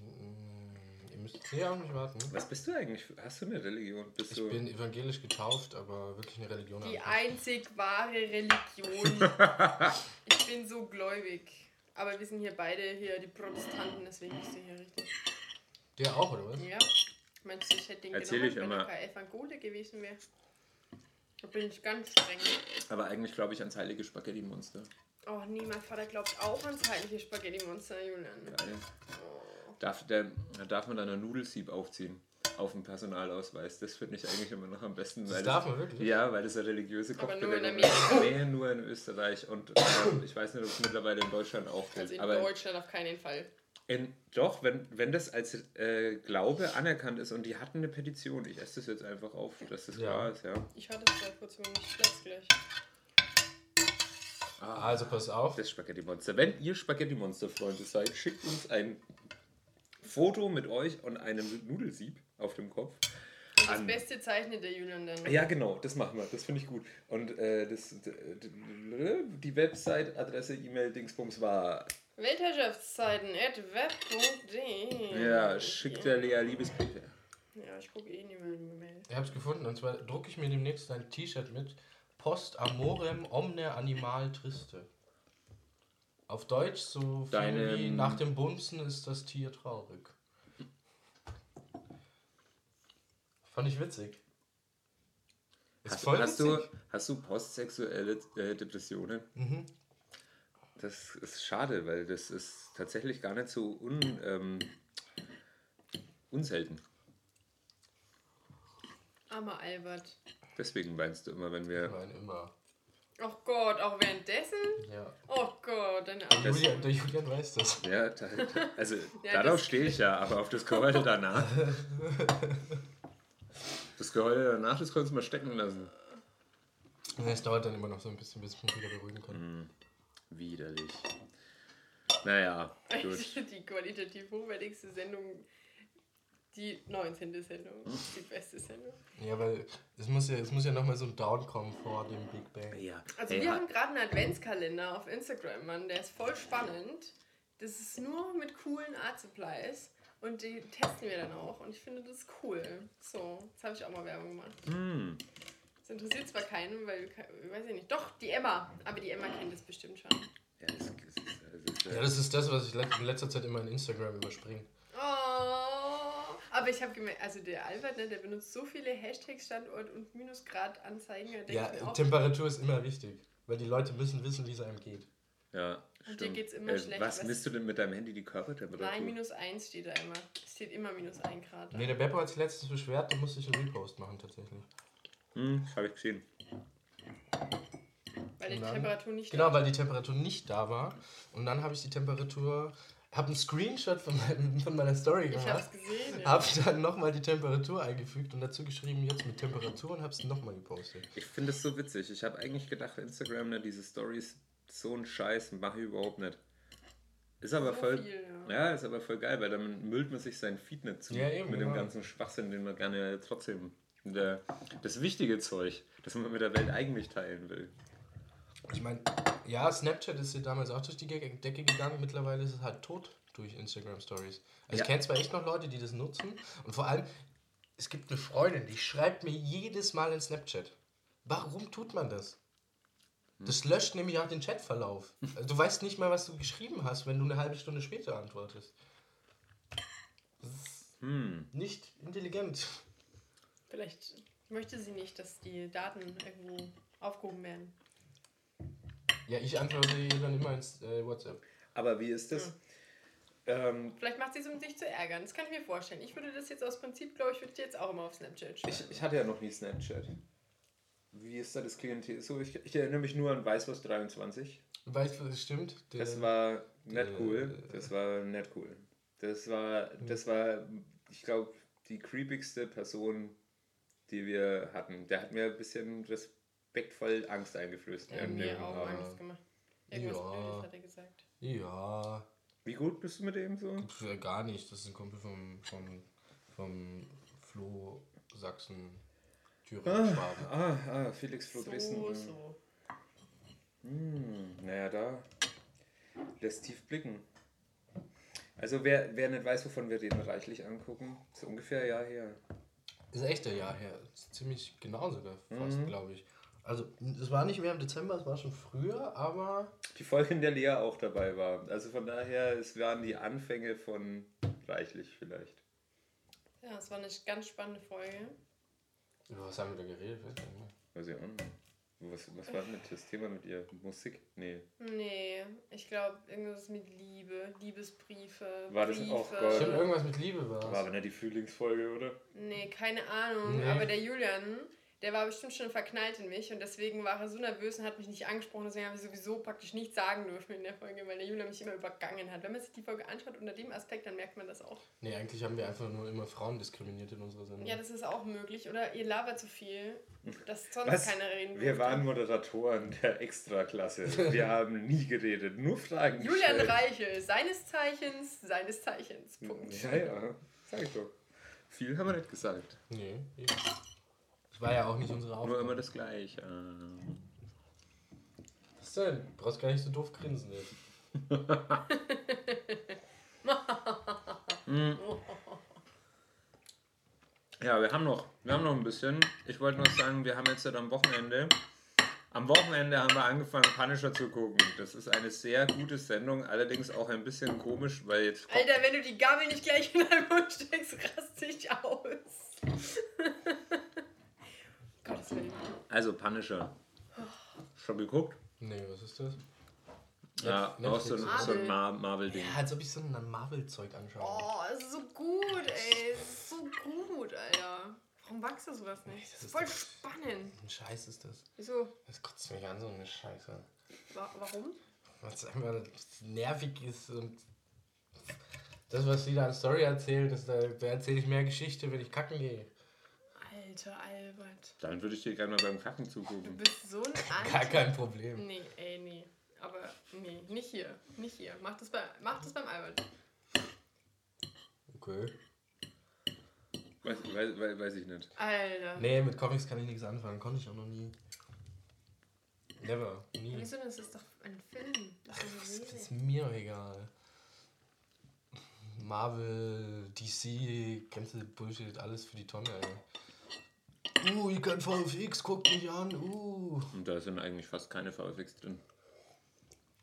[SPEAKER 3] Mm, Ihr müsst sehr auf mich warten.
[SPEAKER 1] Was bist du eigentlich? für- Hast du eine Religion? Bist
[SPEAKER 3] Ich
[SPEAKER 1] du
[SPEAKER 3] bin evangelisch getauft, aber wirklich eine Religion.
[SPEAKER 2] Die
[SPEAKER 3] habe
[SPEAKER 2] einzig
[SPEAKER 1] [laughs]
[SPEAKER 2] wahre Religion. ich bin so gläubig. Aber wir sind hier beide hier die Protestanten, deswegen bist du hier richtig.
[SPEAKER 3] ich nicht. Der auch, oder was?
[SPEAKER 2] Ja. Meinst du, ich hätte den
[SPEAKER 1] Erzähl
[SPEAKER 2] genommen,
[SPEAKER 1] ich
[SPEAKER 2] wenn
[SPEAKER 1] immer.
[SPEAKER 2] ich kein Evangole gewesen wäre? Da bin ich ganz streng.
[SPEAKER 1] aber eigentlich glaube ich ans heilige Spaghetti-Monster.
[SPEAKER 2] Oh nee, mein Vater glaubt auch ans heilige Spaghetti-Monster, Julian.
[SPEAKER 1] Geil.
[SPEAKER 2] Oh.
[SPEAKER 1] Darf, der, darf man dann ein Nudelsieb aufziehen? Auf dem Personalausweis. Das finde ich eigentlich immer noch am besten.
[SPEAKER 3] Das
[SPEAKER 1] weil
[SPEAKER 3] darf man wirklich.
[SPEAKER 1] Ja, weil das eine religiöse
[SPEAKER 2] Aber nur
[SPEAKER 1] Kochbelegung
[SPEAKER 2] in
[SPEAKER 1] ist. Nee, nur in Österreich. Und ähm, ich weiß nicht, ob es mittlerweile in Deutschland auch gilt.
[SPEAKER 2] Also in
[SPEAKER 1] aber
[SPEAKER 2] Deutschland auf keinen Fall.
[SPEAKER 1] in, doch, wenn, wenn das als äh, Glaube anerkannt ist und die hatten eine Petition, ich esse das jetzt einfach auf, dass das
[SPEAKER 3] Ja.
[SPEAKER 1] wahr ist, ja.
[SPEAKER 2] Ich hatte es gerade kurz über mich Platz gleich.
[SPEAKER 1] Ah,
[SPEAKER 3] Also pass auf.
[SPEAKER 1] das Spaghetti-Monster. Wenn ihr Spaghetti-Monster-Freunde seid, schickt uns ein Foto mit euch und einem Nudelsieb auf dem Kopf.
[SPEAKER 2] Und das
[SPEAKER 1] An-
[SPEAKER 2] Beste zeichnet der Julian dann.
[SPEAKER 1] Ja, genau, das machen wir. Das finde ich gut. Und äh, das, d- d- die Website, Adresse, E-Mail, Dingsbums war
[SPEAKER 2] Weltherrschaftszeiten at web.de
[SPEAKER 1] Ja, schickt der Lea Liebesbriefe.
[SPEAKER 2] Ja, ich gucke eh nie mehr in die Mail.
[SPEAKER 3] Ich hab's gefunden. Und zwar drucke ich mir demnächst ein T-Shirt mit Post amorem omne animal triste. Auf Deutsch so viel
[SPEAKER 1] Deinem-
[SPEAKER 3] wie nach dem Bunsen ist das Tier traurig. Fand ich witzig. Ist
[SPEAKER 1] Hast,
[SPEAKER 3] voll
[SPEAKER 1] hast, du,
[SPEAKER 3] witzig.
[SPEAKER 1] hast du postsexuelle äh, Depressionen?
[SPEAKER 3] Mhm.
[SPEAKER 1] Das ist schade, weil das ist tatsächlich gar nicht so un, ähm, unselten.
[SPEAKER 2] Armer Albert.
[SPEAKER 1] Deswegen weinst du immer, wenn
[SPEAKER 3] Ich
[SPEAKER 1] wir.
[SPEAKER 3] meine immer.
[SPEAKER 2] Oh Gott, auch währenddessen?
[SPEAKER 3] Ja.
[SPEAKER 2] Oh Gott, deine
[SPEAKER 1] Das-
[SPEAKER 3] Julian, der
[SPEAKER 2] Arme.
[SPEAKER 3] Julian weiß das.
[SPEAKER 1] Ja, da, also
[SPEAKER 2] [laughs] Ja,
[SPEAKER 1] darauf
[SPEAKER 2] das-
[SPEAKER 1] stehe ich ja, aber auf das Geheule danach. Das Geheule danach, das konntest du mal stecken lassen.
[SPEAKER 3] Und es dauert dann immer noch so ein bisschen, bis ich mich wieder beruhigen kann.
[SPEAKER 1] Hm, Widerlich. Naja, gut.
[SPEAKER 2] [laughs] Also die qualitativ hochwertigste Sendung, die 19. Sendung,
[SPEAKER 1] Hm.
[SPEAKER 2] die beste Sendung.
[SPEAKER 1] Mhm.
[SPEAKER 3] Ja, weil es muss ja, es muss ja nochmal so ein Down kommen vor dem Big Bang.
[SPEAKER 1] Ja.
[SPEAKER 2] Also
[SPEAKER 1] Hey,
[SPEAKER 2] wir
[SPEAKER 1] ha-
[SPEAKER 2] haben gerade einen Adventskalender auf Instagram, Mann, der ist voll spannend. Das ist nur mit coolen Art Supplies und die testen wir dann auch und ich finde das ist cool. So, jetzt habe ich auch mal Werbung gemacht.
[SPEAKER 1] hm,
[SPEAKER 2] Das interessiert zwar keinen, weil, wir ke- weiß ich nicht, doch, die Emma, aber die Emma kennt das bestimmt schon.
[SPEAKER 1] ja, das, das, das, das,
[SPEAKER 3] Ja, das ist das, was ich le- in letzter Zeit immer in Instagram überspringe.
[SPEAKER 2] Oh, aber ich habe gemerkt, also der Albert, ne, der benutzt so viele Hashtags, Standort und Minusgradanzeigen. da denk
[SPEAKER 3] Ja,
[SPEAKER 2] ich mir auch,
[SPEAKER 3] Temperatur ist immer wichtig, weil die Leute müssen wissen, wie es einem geht.
[SPEAKER 1] Ja,
[SPEAKER 2] Und dir
[SPEAKER 1] stimmt. Äh,
[SPEAKER 2] geht's immer schlecht,
[SPEAKER 1] Was
[SPEAKER 2] was-
[SPEAKER 1] misst du denn mit deinem Handy die Körpertemperatur?
[SPEAKER 2] Nein, minus 1 steht da immer. Es steht immer minus 1 Grad. da.
[SPEAKER 3] Ne, der Beppo hat sich letztens beschwert, da musste ich einen Repost machen tatsächlich.
[SPEAKER 1] Hm, das habe ich gesehen.
[SPEAKER 2] Weil die
[SPEAKER 3] Nein.
[SPEAKER 2] Temperatur nicht
[SPEAKER 3] Genau, weil die Temperatur nicht da war. Und dann habe ich die Temperatur, habe einen Screenshot von, meinem, von meiner Story
[SPEAKER 2] Ich
[SPEAKER 3] gemacht,
[SPEAKER 2] hab's gesehen. Ja.
[SPEAKER 3] habe dann nochmal die Temperatur eingefügt und dazu geschrieben, jetzt mit Temperatur und habe es nochmal gepostet.
[SPEAKER 1] Ich finde es so witzig. Ich habe eigentlich gedacht, Instagram, ne, diese Stories, so ein Scheiß, mache ich überhaupt nicht. Ist aber
[SPEAKER 2] So
[SPEAKER 1] voll.
[SPEAKER 2] viel, ja.
[SPEAKER 1] ja. ist aber voll geil, weil dann müllt man sich seinen Feed nicht zu.
[SPEAKER 3] Ja, eben,
[SPEAKER 1] mit dem
[SPEAKER 3] genau.
[SPEAKER 1] ganzen Schwachsinn, den man gerne trotzdem. Der, das wichtige Zeug, das man mit der Welt eigentlich teilen will.
[SPEAKER 3] Ich meine, ja, Snapchat ist ja damals auch durch die Ge- Decke gegangen. Mittlerweile ist es halt tot durch Instagram Stories.
[SPEAKER 1] Ja.
[SPEAKER 3] Also ich kenne zwar echt noch Leute, die das nutzen. Und vor allem, es gibt eine Freundin, die schreibt mir jedes Mal in Snapchat. Warum tut man das?
[SPEAKER 1] Hm.
[SPEAKER 3] Das löscht nämlich auch den Chatverlauf. Also du weißt nicht mal, was du geschrieben hast, wenn du eine halbe Stunde später antwortest.
[SPEAKER 1] Hm.
[SPEAKER 3] Nicht intelligent.
[SPEAKER 2] Vielleicht möchte sie nicht, dass die Daten irgendwo aufgehoben werden.
[SPEAKER 3] Ja, ich antworte ihr dann immer ins äh, WhatsApp.
[SPEAKER 1] Aber wie ist das? Ähm,
[SPEAKER 2] Vielleicht macht sie es, um sich zu ärgern. Das kann ich mir vorstellen. Ich würde das jetzt aus Prinzip, glaube ich, würde ich jetzt auch immer auf Snapchat schreiben.
[SPEAKER 1] Ich, ich hatte ja noch nie Snapchat. Wie ist da das Klientel? So, ich, ich erinnere mich nur an Weißwurst 23.
[SPEAKER 3] Weißt du, das stimmt?
[SPEAKER 1] Das
[SPEAKER 3] Der-
[SPEAKER 1] war nicht
[SPEAKER 3] äh,
[SPEAKER 1] cool. Das war nicht cool. Das war, das war, ich glaube, die creepigste Person, die wir hatten. Der hat mir ein bisschen respektvoll Angst eingeflößt.
[SPEAKER 2] ja,
[SPEAKER 1] Ähm,
[SPEAKER 2] mir
[SPEAKER 3] nee,
[SPEAKER 2] auch
[SPEAKER 3] aber-
[SPEAKER 2] Angst gemacht. Irgendwas
[SPEAKER 3] Ja.
[SPEAKER 2] Blödes hat er gesagt.
[SPEAKER 3] Ja.
[SPEAKER 1] Wie gut bist du mit dem so?
[SPEAKER 3] Äh, Pf, Gar nicht, das ist ein Kumpel vom, vom, vom Floh, Sachsen, Thüringen, Schwaben.
[SPEAKER 1] Ah, ah, Felix Flo Dresden.
[SPEAKER 2] So, so.
[SPEAKER 1] Hm, naja, da lässt tief blicken. Also wer, wer nicht weiß, wovon wir reden, reichlich angucken. Ist ungefähr ein Jahr her.
[SPEAKER 3] Ist echt ein Jahr her. Ist ziemlich genau sogar fast, glaube ich. Also, es war nicht mehr im Dezember, es war schon früher, aber
[SPEAKER 1] Die Folge, in der Lea auch dabei war. Also von daher, es waren die Anfänge von reichlich vielleicht.
[SPEAKER 2] Ja, es war eine ganz spannende Folge.
[SPEAKER 3] über was haben wir da geredet? Weiß ich nicht mehr.
[SPEAKER 1] Weiß ich auch nicht. Was, was war denn das Thema mit ihr? Musik? Nee.
[SPEAKER 2] Nee, ich glaube, irgendwas mit Liebe, Liebesbriefe,
[SPEAKER 1] War das-
[SPEAKER 2] Briefe.
[SPEAKER 1] oh Gott.
[SPEAKER 3] Stimmt, irgendwas mit Liebe war
[SPEAKER 1] War aber nicht die Frühlingsfolge, oder?
[SPEAKER 2] Nee, keine Ahnung.
[SPEAKER 3] Nee.
[SPEAKER 2] Aber der Julian, der war bestimmt schon verknallt in mich und deswegen war er so nervös und hat mich nicht angesprochen. Deswegen haben wir sowieso praktisch nichts sagen dürfen in der Folge, weil der Julian mich immer übergangen hat. Wenn man sich die Folge anschaut unter dem Aspekt, dann merkt man das auch.
[SPEAKER 3] Nee, eigentlich haben wir einfach nur immer Frauen diskriminiert in unserer
[SPEAKER 1] Mhm.
[SPEAKER 3] Sendung.
[SPEAKER 2] Ja, das ist auch möglich. Oder ihr labert zu viel, dass sonst
[SPEAKER 1] Was?
[SPEAKER 2] keiner reden
[SPEAKER 1] Wir
[SPEAKER 2] würde.
[SPEAKER 1] waren Moderatoren der Extraklasse. Wir haben nie geredet, nur Fragen
[SPEAKER 2] Julian
[SPEAKER 1] gestellt.
[SPEAKER 2] Reichel, seines Zeichens, seines Zeichens. Punkt.
[SPEAKER 1] Mhm. Ja, ja, sag ich doch. Viel haben wir nicht gesagt.
[SPEAKER 3] nee, eben. Das war ja auch nicht unsere Aufgabe.
[SPEAKER 1] Nur immer das Gleiche.
[SPEAKER 3] Was denn? Du brauchst gar nicht so doof grinsen jetzt.
[SPEAKER 1] Mm. Ja, wir haben noch, wir haben noch ein bisschen. Ich wollte noch sagen, wir haben jetzt halt am Wochenende. Am Wochenende haben wir angefangen, Punisher zu gucken. Das ist eine sehr gute Sendung, allerdings auch ein bisschen komisch, weil jetzt. kommt-
[SPEAKER 2] Alter, wenn du die Gabel nicht gleich in deinen Mund steckst, rast ich aus. [laughs] Gottes Willen.
[SPEAKER 1] Also Punisher. Schon geguckt?
[SPEAKER 3] Nee, was ist das?
[SPEAKER 1] Ja,
[SPEAKER 3] Netflix.
[SPEAKER 1] auch so, ein- so ein Mar Marvel-Ding.
[SPEAKER 3] Ja, als ob ich so ein Marvel-Zeug anschaue.
[SPEAKER 2] Oh, es ist so gut, ey. Es ist so gut, Alter. Warum wachst du sowas nicht? Das ist voll spannend.
[SPEAKER 3] Ein Scheiß ist das.
[SPEAKER 2] Wieso?
[SPEAKER 3] Das kotzt mich an, so eine Scheiße.
[SPEAKER 2] Wa warum?
[SPEAKER 3] Weil es einfach nervig ist und das, was sie da an Story erzählen, ist, da, da erzähle ich mehr Geschichte, wenn ich kacken gehe.
[SPEAKER 2] Alter Albert.
[SPEAKER 1] Dann würde ich dir gerne mal beim Kacken
[SPEAKER 2] Du
[SPEAKER 1] zugucken.
[SPEAKER 2] bist so ein
[SPEAKER 3] Gar
[SPEAKER 2] Alter.
[SPEAKER 3] kein Problem.
[SPEAKER 2] Nee, ey, nee. Aber nee, nicht hier. Nicht hier. Mach das, bei, mach das beim Albert.
[SPEAKER 3] Okay.
[SPEAKER 1] Weiß, weiß, weiß, weiß ich nicht.
[SPEAKER 2] Alter.
[SPEAKER 3] Nee, mit Comics kann ich nichts anfangen. Konnte ich auch noch nie. Never. Nie.
[SPEAKER 2] Wieso? Das ist doch ein Film. Das
[SPEAKER 3] Das
[SPEAKER 2] ist eine
[SPEAKER 3] ist
[SPEAKER 2] Serie.
[SPEAKER 3] mir egal. Marvel, DC, ganze Bullshit, alles für die Tonne, ey. Uh, ich kann VFX, guck mich an, uh.
[SPEAKER 1] Und da sind eigentlich fast keine VFX drin.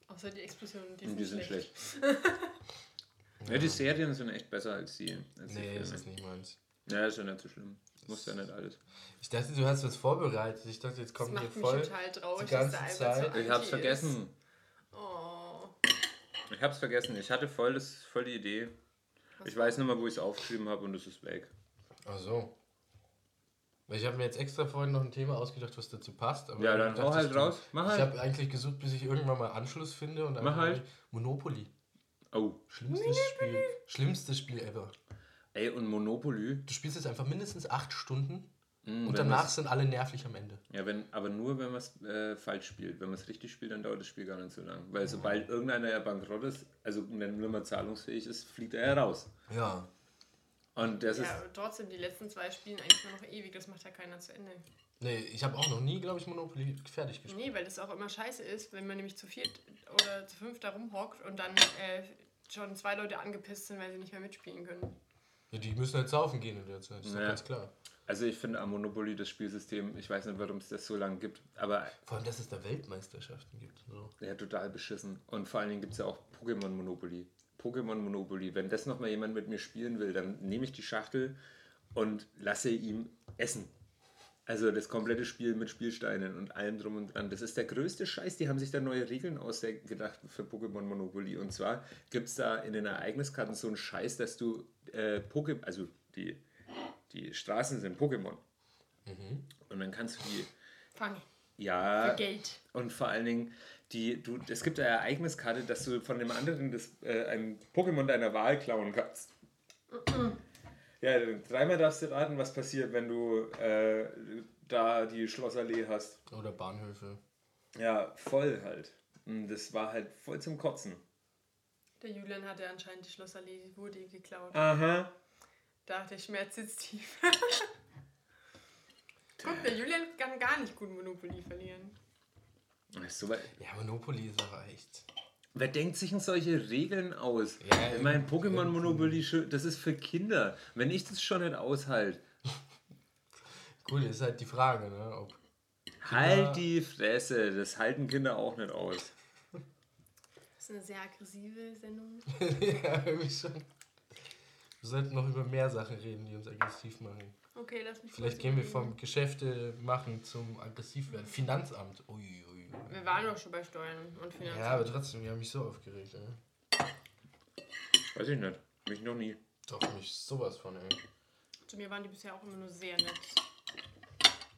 [SPEAKER 2] Außer die Explosionen, die
[SPEAKER 1] Und
[SPEAKER 2] sind,
[SPEAKER 1] die sind
[SPEAKER 2] schlecht.
[SPEAKER 1] schlecht. Ja, die Serien sind echt besser als die, als die
[SPEAKER 3] Nee, das
[SPEAKER 1] Filme.
[SPEAKER 3] ist nicht meins.
[SPEAKER 1] Ja, ist ja nicht so schlimm. Muss ja nicht alles.
[SPEAKER 3] Ich dachte, du hast was vorbereitet. Ich dachte, jetzt
[SPEAKER 2] Das
[SPEAKER 3] kommt hier
[SPEAKER 2] macht mich
[SPEAKER 3] voll.
[SPEAKER 2] total traurig,
[SPEAKER 3] die
[SPEAKER 2] dass der
[SPEAKER 3] ganze
[SPEAKER 2] Albert so
[SPEAKER 3] Zeit.
[SPEAKER 1] Ich
[SPEAKER 2] anti
[SPEAKER 1] hab's
[SPEAKER 2] ist.
[SPEAKER 1] vergessen.
[SPEAKER 2] Oh.
[SPEAKER 1] Ich hab's vergessen. Ich hatte voll, das, voll die Idee. Ich weiß nicht mal, wo ich es aufgeschrieben habe und es ist weg.
[SPEAKER 3] Ach so. Ich habe mir jetzt extra vorhin noch ein Thema ausgedacht, was dazu passt. Aber
[SPEAKER 1] Ja, dann hau
[SPEAKER 3] dachte ich,
[SPEAKER 1] halt
[SPEAKER 3] du-
[SPEAKER 1] raus. Mach
[SPEAKER 3] Ich
[SPEAKER 1] halt.
[SPEAKER 3] habe eigentlich gesucht, bis ich irgendwann mal Anschluss finde. Und einfach
[SPEAKER 1] halt.
[SPEAKER 3] Monopoly.
[SPEAKER 1] Oh.
[SPEAKER 3] Schlimmstes Spiel. Schlimmstes Spiel ever.
[SPEAKER 1] Ey, und Monopoly.
[SPEAKER 3] Du spielst jetzt einfach mindestens acht Stunden
[SPEAKER 1] Hm, wenn
[SPEAKER 3] und danach
[SPEAKER 1] man's-
[SPEAKER 3] sind alle nervig am Ende.
[SPEAKER 1] Ja, wenn, aber nur, wenn man es äh, falsch spielt. Wenn man es richtig spielt, dann dauert das Spiel gar nicht so lang. Weil sobald irgendeiner ja bankrott ist, also dann nur mal zahlungsfähig ist, fliegt er ja raus.
[SPEAKER 3] Ja.
[SPEAKER 1] Und das
[SPEAKER 2] Ja,
[SPEAKER 1] ist.
[SPEAKER 2] aber trotzdem, die letzten zwei spielen eigentlich nur noch ewig, das macht ja keiner zu Ende.
[SPEAKER 3] Nee, ich habe auch noch nie, glaube ich, Monopoly fertig gespielt.
[SPEAKER 2] Nee, weil das auch immer scheiße ist, wenn man nämlich zu viert oder zu fünft da rumhockt und dann äh, schon zwei Leute angepisst sind, weil sie nicht mehr mitspielen können.
[SPEAKER 3] Ja, die müssen halt saufen gehen in der Zeit. Ist doch
[SPEAKER 1] Ja.
[SPEAKER 3] ganz klar.
[SPEAKER 1] Also ich finde am Monopoly das Spielsystem, ich weiß nicht, warum es das so lange gibt, aber
[SPEAKER 3] Vor allem, dass es da Weltmeisterschaften gibt. So.
[SPEAKER 1] Ja, total beschissen. Und vor allen Dingen gibt es ja auch Pokémon Monopoly. Pokémon Monopoly. Wenn das nochmal jemand mit mir spielen will, dann nehme ich die Schachtel und lasse ihm essen. Also das komplette Spiel mit Spielsteinen und allem drum und dran. Das ist der größte Scheiß. Die haben sich da neue Regeln ausgedacht für Pokémon Monopoly. Und zwar gibt es da in den Ereigniskarten so einen Scheiß, dass du äh, Pokémon, also die, die Straßen sind Pokémon. Und dann kannst du die,
[SPEAKER 2] Fang.
[SPEAKER 3] Äh.
[SPEAKER 1] ja,
[SPEAKER 2] Geld.
[SPEAKER 1] und vor allen Dingen, die, du, es gibt eine Ereigniskarte, dass du von dem anderen das, äh, ein Pokémon deiner Wahl klauen kannst. ja, dann dreimal darfst du raten, was passiert, wenn du äh, da die Schlossallee hast.
[SPEAKER 3] Oder Bahnhöfe.
[SPEAKER 1] Ja, voll halt. Und das war halt voll zum Kotzen.
[SPEAKER 2] Der Julian hatte anscheinend die Schlossallee, die wurde ihm geklaut.
[SPEAKER 1] Aha.
[SPEAKER 2] Da der Schmerz sitzt
[SPEAKER 3] [laughs]
[SPEAKER 2] tief. Guck, der Julian kann gar nicht gut Monopoly verlieren.
[SPEAKER 1] So, wer,
[SPEAKER 3] Ja, Monopoly ist aber echt.
[SPEAKER 1] wer denkt sich denn solche Regeln aus?
[SPEAKER 3] Ja,
[SPEAKER 1] ich meine,
[SPEAKER 3] irgend-
[SPEAKER 1] Pokémon
[SPEAKER 3] irgend-
[SPEAKER 1] Monopoly, scho- das ist für Kinder. Wenn ich das schon nicht aushalte,
[SPEAKER 3] Cool, ist halt die Frage, ne? Ob [laughs]
[SPEAKER 1] halt die Fresse. Das halten Kinder auch nicht aus.
[SPEAKER 2] Das ist eine sehr aggressive Sendung.
[SPEAKER 3] ja, irgendwie schon. Wir sollten noch über mehr Sachen reden, die uns aggressiv machen.
[SPEAKER 2] Okay, lass mich
[SPEAKER 3] Vielleicht
[SPEAKER 2] kurz
[SPEAKER 3] gehen wir
[SPEAKER 2] überlegen.
[SPEAKER 3] vom Geschäfte machen zum aggressiv werden. Finanzamt. Ui, ui, ui.
[SPEAKER 2] Wir waren doch schon bei Steuern und Finanzen.
[SPEAKER 3] Ja, aber trotzdem, wir haben mich so aufgeregt, ne. ey.
[SPEAKER 1] Weiß ich nicht. Mich noch nie.
[SPEAKER 3] Doch, mich sowas von, ey.
[SPEAKER 2] Zu mir waren die bisher auch immer nur sehr nett.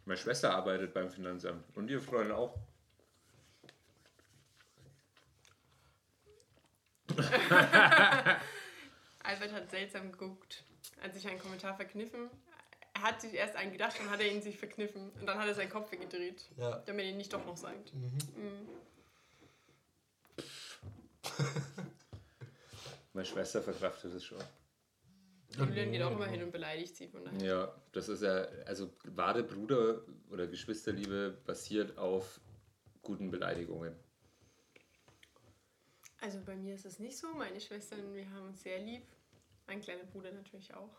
[SPEAKER 1] Meine Schwester arbeitet beim Finanzamt und ihr Freund auch.
[SPEAKER 2] Albert hat seltsam geguckt, hat sich einen Kommentar verkniffen. Er hat sich erst einen gedacht und hat er ihn sich verkniffen. Und dann hat er seinen Kopf weggedreht,
[SPEAKER 3] Ja.
[SPEAKER 2] damit er ihn nicht doch noch sagt.
[SPEAKER 1] Meine Schwester verkraftet es schon.
[SPEAKER 2] Julian geht auch immer hin und beleidigt sie. Von daher.
[SPEAKER 1] Ja, das ist ja, also wahre Bruder- oder Geschwisterliebe basiert auf guten Beleidigungen.
[SPEAKER 2] Also bei mir ist es nicht so. Meine Schwestern, wir haben uns sehr lieb. Mein kleiner Bruder natürlich auch.